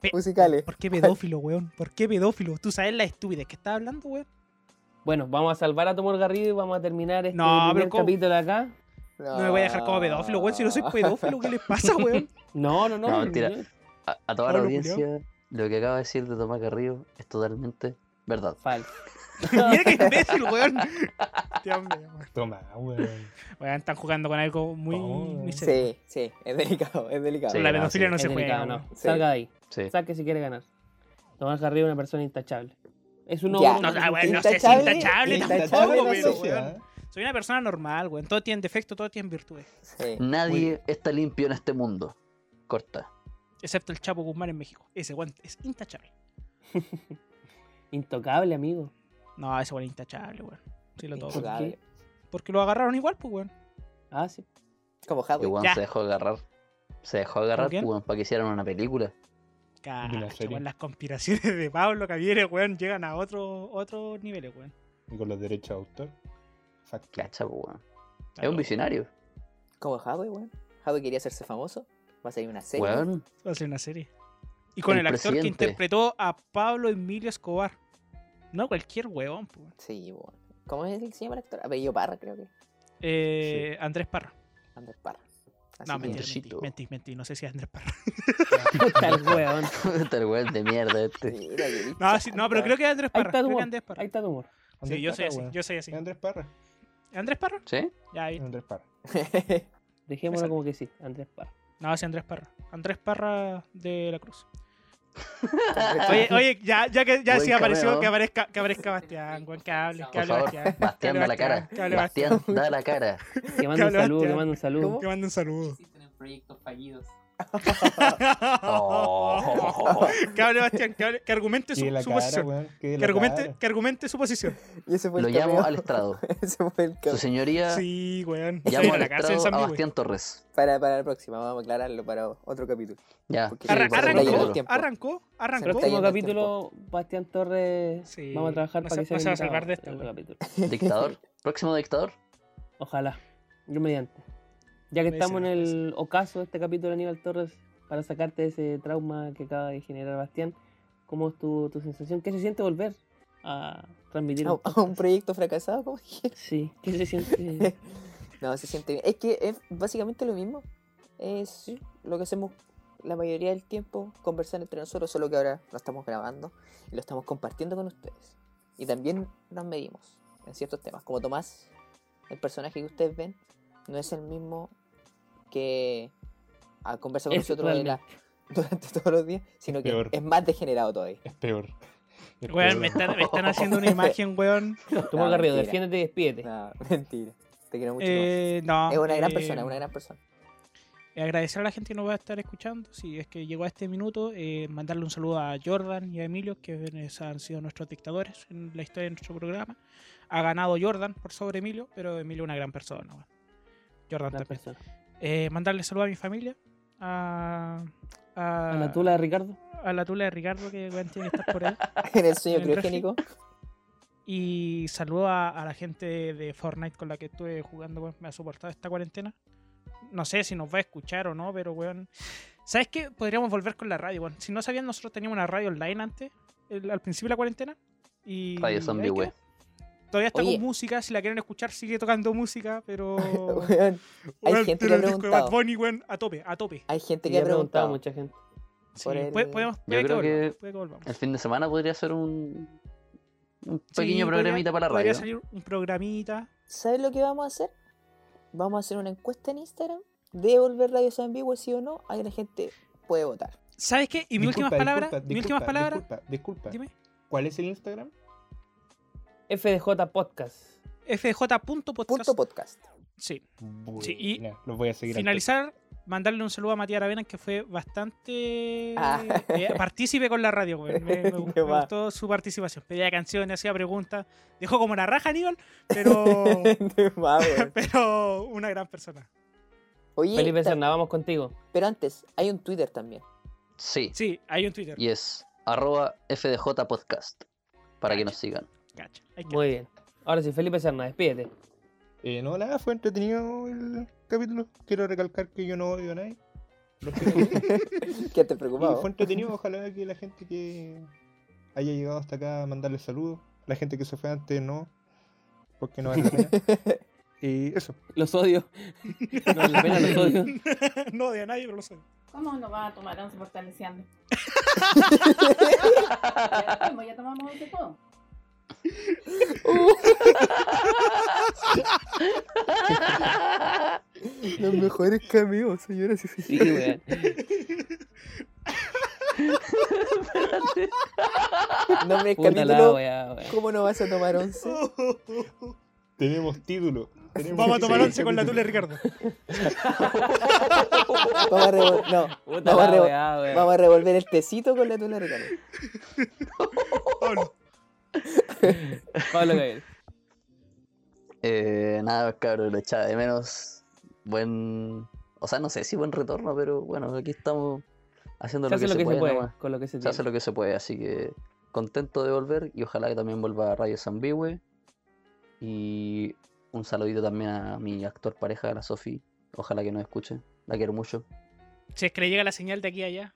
Speaker 5: Pe-
Speaker 2: musicales.
Speaker 5: ¿Por qué pedófilo, weón? ¿Por qué pedófilo? ¿Tú sabes la estupidez que está hablando, weón?
Speaker 1: Bueno, vamos a salvar a Tomor Garrido y vamos a terminar este
Speaker 5: No, pero
Speaker 1: primer
Speaker 5: ¿cómo?
Speaker 1: capítulo acá.
Speaker 5: No me voy a dejar como pedófilo, weón. Si no soy pedófilo, ¿qué les pasa, weón?
Speaker 1: No, no, no.
Speaker 3: No, mentira.
Speaker 1: yo-
Speaker 3: A, a toda la
Speaker 5: Pablo
Speaker 3: audiencia, lo que acaba de decir de Tomás Carrillo es totalmente verdad.
Speaker 1: Falso.
Speaker 5: Mira qué imbécil, weón. Dios mío, weón.
Speaker 4: Toma, weón.
Speaker 5: Weón, están jugando con algo muy,
Speaker 4: Oh.
Speaker 5: muy serio.
Speaker 2: Sí, sí, es delicado, es delicado.
Speaker 5: Con la
Speaker 3: Sí, no,
Speaker 5: pedofilia
Speaker 3: sí.
Speaker 5: no
Speaker 1: Es
Speaker 5: se juega.
Speaker 1: delicado,
Speaker 5: weón.
Speaker 1: no.
Speaker 2: Sí.
Speaker 1: Salga de ahí.
Speaker 3: Sí.
Speaker 1: Saque si quiere ganar. Tomás Garrido es una persona intachable. Es un
Speaker 2: Ya.
Speaker 1: ogro.
Speaker 5: No, ah, bueno, no sé si
Speaker 2: Intachable,
Speaker 5: intachable
Speaker 4: Intachable
Speaker 5: tampoco,
Speaker 4: la
Speaker 5: pero,
Speaker 4: sociedad.
Speaker 5: weón. Soy una persona normal, weón. Todo tiene defecto, todo tiene virtudes.
Speaker 2: Sí.
Speaker 5: Mm,
Speaker 3: Nadie está limpio en este mundo. Corta.
Speaker 5: Excepto el Chapo Guzmán en México. Ese weón es intachable.
Speaker 1: Intocable, amigo.
Speaker 5: No, ese weón es intachable, weón. Sí, lo todo.
Speaker 1: Intocable.
Speaker 2: Jugable.
Speaker 5: Porque lo agarraron igual, pues, weón.
Speaker 1: Ah, sí.
Speaker 2: Como Hadwig.
Speaker 3: Y weón
Speaker 5: pues Ya.
Speaker 3: se dejó agarrar. Se dejó agarrar, pues,
Speaker 5: quién?
Speaker 3: weón, para que hicieran una película.
Speaker 5: Cacho,
Speaker 4: serie.
Speaker 5: weón, las conspiraciones de Pablo Cavieres, weón, llegan a otro, otros niveles, weón.
Speaker 4: Y con los derechos de autor. Facto.
Speaker 3: Cacha, po, weón. Es un visionario.
Speaker 2: Como Hadwig, weón. Hadwig quería hacerse famoso. Va a salir una serie.
Speaker 3: Weón.
Speaker 5: Va a ser una serie. Y con el,
Speaker 3: El
Speaker 5: actor que
Speaker 3: presidente.
Speaker 5: interpretó a Pablo Emilio Escobar. No cualquier weón, pues, weón.
Speaker 2: Sí, weón. ¿Cómo es el que se llama el actor? Apellido Parra, creo que.
Speaker 5: Eh, Andrés Parra.
Speaker 2: Andrés Parra. Así
Speaker 5: No,
Speaker 2: que-
Speaker 5: mentí, mentí,
Speaker 3: Andresito.
Speaker 5: mentí, mentí, no sé si es Andrés Parra.
Speaker 1: Puta el weón.
Speaker 3: Tal weón de mierda este.
Speaker 2: Mira, qué bicho,
Speaker 5: No, sí, no, pero
Speaker 2: weón.
Speaker 5: creo que es Andrés
Speaker 1: Ahí
Speaker 5: Parra.
Speaker 1: está tu
Speaker 5: Creo que
Speaker 1: humor.
Speaker 5: es Andrés Parra.
Speaker 1: Ahí está tu humor.
Speaker 5: Sí,
Speaker 4: Andrés
Speaker 5: yo soy
Speaker 4: Parra,
Speaker 5: así,
Speaker 4: weón.
Speaker 5: yo soy así.
Speaker 4: Andrés Parra. Ah.
Speaker 5: ¿Andrés Parra?
Speaker 3: ¿Sí?
Speaker 5: Ya, ahí.
Speaker 4: Andrés Parra.
Speaker 1: Dejémoslo
Speaker 5: Exacto.
Speaker 1: como que sí, Andrés Parra.
Speaker 5: No, sí, Andrés Parra. Andrés Parra de la Cruz.
Speaker 3: Ah.
Speaker 2: Andrés
Speaker 5: Oye, oye, ya, ya que ya
Speaker 3: Buen
Speaker 5: sí apareció
Speaker 3: cameo.
Speaker 5: que aparezca, que aparezca Bastián, weón, que hable,
Speaker 3: Por
Speaker 5: que hable
Speaker 3: favor,
Speaker 5: Bastián.
Speaker 3: Bastián,
Speaker 5: que hable
Speaker 3: da la cara.
Speaker 5: que hable
Speaker 3: Bastián, da la cara.
Speaker 1: Que manda un
Speaker 5: hable
Speaker 1: saludo,
Speaker 5: Bastián.
Speaker 1: que manda un saludo.
Speaker 5: Que mande un saludo.
Speaker 6: proyectos fallidos.
Speaker 3: Oh.
Speaker 5: que hable Bastián, que, hable- que argumente su,
Speaker 4: Que la
Speaker 5: su
Speaker 4: cara,
Speaker 5: posición.
Speaker 4: weón. Que
Speaker 5: Que
Speaker 4: la
Speaker 5: argumente,
Speaker 4: cara.
Speaker 5: que argumente su posición.
Speaker 2: Y ese fue
Speaker 3: Lo
Speaker 2: el
Speaker 3: llamo
Speaker 2: cameo.
Speaker 3: al estrado.
Speaker 2: Ese fue el
Speaker 3: Su
Speaker 2: cameo.
Speaker 3: señoría,
Speaker 5: Sí, weón. Está
Speaker 3: llamo
Speaker 5: en
Speaker 3: al
Speaker 5: la cárcel en
Speaker 3: estrado
Speaker 5: San
Speaker 3: a
Speaker 5: Miguel.
Speaker 3: Bastián Torres.
Speaker 2: Para, para la próxima, vamos a aclararlo para otro capítulo.
Speaker 3: Ya.
Speaker 2: Porque
Speaker 3: sí,
Speaker 5: Arran-
Speaker 2: se
Speaker 3: por
Speaker 2: está
Speaker 3: favor,
Speaker 2: yendo el
Speaker 5: arrancó,
Speaker 3: llévalo.
Speaker 2: tiempo.
Speaker 5: arrancó,
Speaker 2: Se
Speaker 5: arrancó.
Speaker 2: está yendo
Speaker 1: Próximo
Speaker 2: el
Speaker 1: capítulo, Bastián Torres.
Speaker 5: Sí,
Speaker 1: Vamos a trabajar
Speaker 5: no
Speaker 1: para
Speaker 5: se-
Speaker 1: que sea
Speaker 5: no se va a
Speaker 1: invitado
Speaker 5: salvar de esta,
Speaker 1: en otro
Speaker 5: weón.
Speaker 1: capítulo.
Speaker 3: Dictador. Próximo dictador.
Speaker 1: Ojalá. Yo mediante. Ya que
Speaker 5: Me
Speaker 1: estamos en
Speaker 5: dicen, me
Speaker 1: el ocaso de este capítulo, Aníbal Torres, para sacarte de ese trauma que acaba de generar Bastián, ¿cómo es tu, tu sensación? ¿Qué se siente volver a transmitir? un
Speaker 2: A, a un
Speaker 1: podcast?
Speaker 2: proyecto fracasado, como dije.
Speaker 1: Sí, ¿qué se siente?
Speaker 2: No, se siente bien. Es que es básicamente lo mismo. Es lo que hacemos la mayoría del tiempo, conversar entre nosotros, solo que ahora lo estamos grabando y lo estamos compartiendo con ustedes. Y también nos medimos en ciertos temas. Como Tomás, el personaje que ustedes ven, no es el mismo que a conversar con
Speaker 1: Es
Speaker 2: nosotros en la- durante todos los días, sino que
Speaker 4: peor.
Speaker 2: es más degenerado todavía.
Speaker 4: Es peor. Es
Speaker 5: Weón,
Speaker 4: peor.
Speaker 5: me están, me están haciendo una imagen, weón.
Speaker 1: Toma
Speaker 2: No,
Speaker 1: Garrido,
Speaker 2: mentira.
Speaker 1: defiéndete y despídete.
Speaker 2: No, mentira. Te quiero mucho.
Speaker 5: Eh, no,
Speaker 2: Tomás. es una gran
Speaker 5: eh,
Speaker 2: persona, es una gran persona.
Speaker 5: Y agradecer a la gente que nos va a estar escuchando, si es que llegó a este minuto, eh, mandarle un saludo a Jordan y a Emilio, que es- han sido nuestros dictadores en la historia de nuestro programa. Ha ganado Jordan por sobre Emilio, pero Emilio es una gran persona. weón.
Speaker 1: Gran
Speaker 5: Jordan también.
Speaker 1: persona.
Speaker 5: Eh, mandarle saludo a mi familia, a,
Speaker 1: ¿A
Speaker 5: a,
Speaker 1: la tula de Ricardo?
Speaker 5: a la tula de Ricardo, que weón, tiene que estar por ahí.
Speaker 2: En el sueño
Speaker 5: en el
Speaker 2: criogénico.
Speaker 5: Y saludo a, a la gente de Fortnite con la que estuve jugando, weón. Me ha soportado esta cuarentena. No sé si nos va a escuchar o no, pero weón. ¿Sabes qué? Podríamos volver con la radio, weón. Si no sabían, nosotros teníamos una radio online antes, el- al principio de la cuarentena. Y
Speaker 3: Radio Zombie,
Speaker 5: ahí
Speaker 3: wey.
Speaker 5: quedó. Todavía está
Speaker 2: Oye.
Speaker 5: con música, si la quieren escuchar, sigue tocando música, pero.
Speaker 2: Weón, Hay
Speaker 5: weón,
Speaker 2: gente
Speaker 5: pero
Speaker 2: que ha
Speaker 5: el disco de Bad
Speaker 2: preguntado.
Speaker 5: Bunny, weón, a tope, a tope.
Speaker 2: Hay gente
Speaker 1: Y
Speaker 2: que
Speaker 1: ya
Speaker 2: ha
Speaker 1: preguntaba
Speaker 2: preguntado.
Speaker 1: mucha gente.
Speaker 5: Sí,
Speaker 2: por el-
Speaker 5: puede- podemos- puede
Speaker 3: creo
Speaker 5: que volvamos,
Speaker 3: que
Speaker 5: puede que volvamos.
Speaker 3: El fin de semana podría ser un, un
Speaker 5: Sí,
Speaker 3: pequeño
Speaker 5: podría-
Speaker 3: programita para la
Speaker 5: Podría
Speaker 3: radio.
Speaker 5: salir un programita.
Speaker 2: ¿Sabes lo que vamos a hacer? Vamos a hacer una encuesta en Instagram de volver Radio San Vivo, sí o no. Ahí la gente puede votar.
Speaker 5: ¿Sabes qué? Y mi última
Speaker 4: Disculpa,
Speaker 5: palabra.
Speaker 4: disculpa,
Speaker 5: Mi última
Speaker 4: disculpa,
Speaker 5: palabra.
Speaker 4: Disculpa, disculpa.
Speaker 5: Dime.
Speaker 4: ¿Cuál es el Instagram?
Speaker 1: FDJ Podcast.
Speaker 2: Punto
Speaker 5: fdj.podcast.
Speaker 2: podcast.
Speaker 5: Sí.
Speaker 4: Buena,
Speaker 5: Sí, y
Speaker 4: los voy a seguir. al
Speaker 5: Finalizar, mandarle un saludo a Matías Aravena, que fue bastante
Speaker 2: Ah.
Speaker 5: eh, partícipe con la radio. güey. Me, me- me
Speaker 2: Qué va.
Speaker 5: gustó su participación. Pedía canciones, hacía preguntas. Dejó como una raja, Aníbal, pero,
Speaker 2: De más, weón.
Speaker 5: pero una gran persona.
Speaker 2: Oye,
Speaker 1: Felipe
Speaker 2: ta-
Speaker 1: Serna, vamos contigo.
Speaker 2: pero antes, hay un Twitter también.
Speaker 3: Sí,
Speaker 5: Sí, hay un Twitter.
Speaker 3: y es arroba FDJ Podcast. Para que nos sigan.
Speaker 5: Cacha, hay que-
Speaker 1: Muy bien. Ahora sí, Felipe Serna, despídete.
Speaker 4: Eh, no, nada, fue entretenido el capítulo. Quiero recalcar que yo no odio a nadie. Los quiero a todos.
Speaker 2: que te
Speaker 4: Y
Speaker 2: preocupado?
Speaker 4: fue entretenido, ojalá que la gente que haya llegado hasta acá mandarle saludos. La gente que se fue antes no, porque no vale la pena. Y eso.
Speaker 1: Los odio. No vale la pena, los odio.
Speaker 5: no de a nadie, pero lo sé.
Speaker 6: ¿Cómo no va a tomar once fortaleciendo? ya, mismo, ya tomamos once todo.
Speaker 2: Los mejores caminos, señoras y
Speaker 1: Sí, weón.
Speaker 2: No me
Speaker 1: Puta la
Speaker 2: capítulo.
Speaker 1: wea, weón.
Speaker 2: ¿Cómo no vas a tomar once?
Speaker 4: Tenemos título. tenemos
Speaker 5: Vamos a tomar
Speaker 4: título.
Speaker 5: once con la tula, Ricardo.
Speaker 2: Vamos a, revol- no,
Speaker 1: Puta
Speaker 2: vamos a
Speaker 1: la
Speaker 2: revol-
Speaker 1: weá, weón.
Speaker 2: vamos a revolver el tecito con la tula, Ricardo.
Speaker 5: Pablo,
Speaker 1: Pablo Gabriel.
Speaker 3: Eh, nada, cabrón, lo echaba de menos. Buen. O sea, no sé si buen retorno, pero bueno, aquí estamos haciendo
Speaker 1: Se
Speaker 3: lo
Speaker 1: hace
Speaker 3: que
Speaker 1: lo
Speaker 3: se
Speaker 1: que
Speaker 3: puede.
Speaker 1: se puede,
Speaker 3: nomás.
Speaker 1: con lo que se
Speaker 3: Se
Speaker 1: tiene.
Speaker 3: hace lo que se puede, así que contento de volver y ojalá que también vuelva Radio Zambihue. Y un saludito también a mi actual pareja, la Sofi. Ojalá que nos escuche. La quiero mucho.
Speaker 5: si es que le llega la señal de aquí a allá.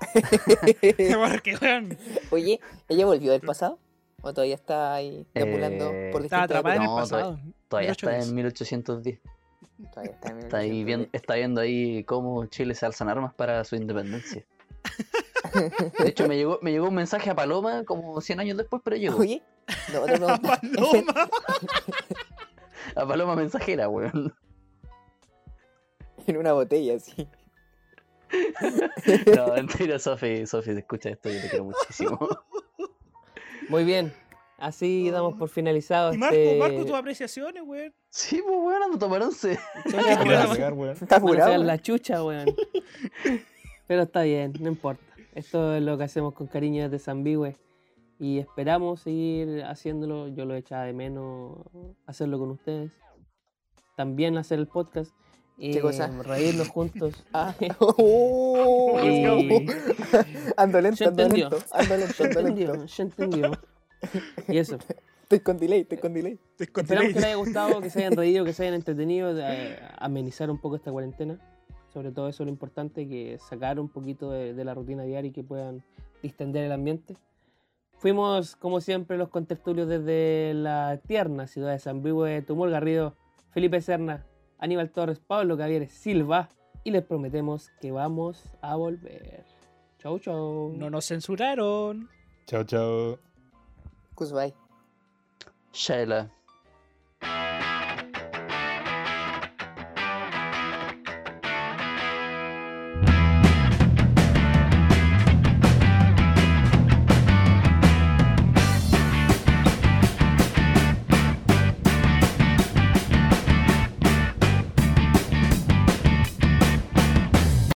Speaker 5: Porque, weón,
Speaker 2: Oye, ¿ella volvió del pasado? ¿O todavía está ahí deambulando
Speaker 3: Eh,
Speaker 2: por distintas
Speaker 5: estaba atrapada en el
Speaker 3: No,
Speaker 5: pasado.
Speaker 3: Todavía está
Speaker 5: 1810.
Speaker 3: en 1810.
Speaker 2: épocas? Todavía está en
Speaker 3: Está, ahí
Speaker 2: 1810.
Speaker 3: viendo, está viendo ahí cómo Chile se alzan armas para su independencia. De hecho, me llegó, me llegó un mensaje a Paloma como 100 años después, pero llegó.
Speaker 2: Oye, no, no, no.
Speaker 5: Paloma.
Speaker 3: A Paloma mensajera, weón.
Speaker 2: en una botella, sí.
Speaker 3: No, mentira, Sofi. Sofi, te escucha esto, yo te quiero muchísimo.
Speaker 1: Muy bien. Así damos por finalizado
Speaker 5: Y Marco,
Speaker 1: este...
Speaker 5: Marco, tus apreciaciones, weón.
Speaker 3: Sí, pues weón, ando a tomar once.
Speaker 4: Te voy a pegar, weón.
Speaker 2: Está
Speaker 1: Van a
Speaker 2: apurado.
Speaker 1: sacar la chucha, weón. Pero está bien, no importa. Esto es lo que hacemos con cariño desde Zambihue. Y esperamos seguir haciéndolo. Yo lo echaba de menos hacerlo con ustedes. También hacer el podcast. Y
Speaker 2: ¿Qué cosa?
Speaker 1: Reírnos juntos.
Speaker 2: Ah. Oh.
Speaker 1: Y-
Speaker 2: Ando
Speaker 1: Se
Speaker 2: lento, ando
Speaker 1: entendió.
Speaker 2: lento, ando lento,
Speaker 1: Se
Speaker 2: ando lento.
Speaker 1: entendió, se entendió. Y eso.
Speaker 2: Estoy con delay, estoy con delay.
Speaker 5: Te
Speaker 1: Esperamos que les
Speaker 5: conté.
Speaker 1: haya gustado, que se hayan reído, que se hayan entretenido, de, eh, amenizar un poco esta cuarentena. Sobre todo eso es lo importante, que sacar un poquito de, de la rutina diaria y que puedan distender el ambiente. Fuimos, como siempre, los contertulios desde la tierna ciudad de San de Tumor Garrido, Felipe Serna, Aníbal Torres, Pablo Javier Silva, y les prometemos que vamos a volver. Chau, chau.
Speaker 5: No nos censuraron.
Speaker 4: Chao, chao.
Speaker 2: Goodbye.
Speaker 3: Shaila.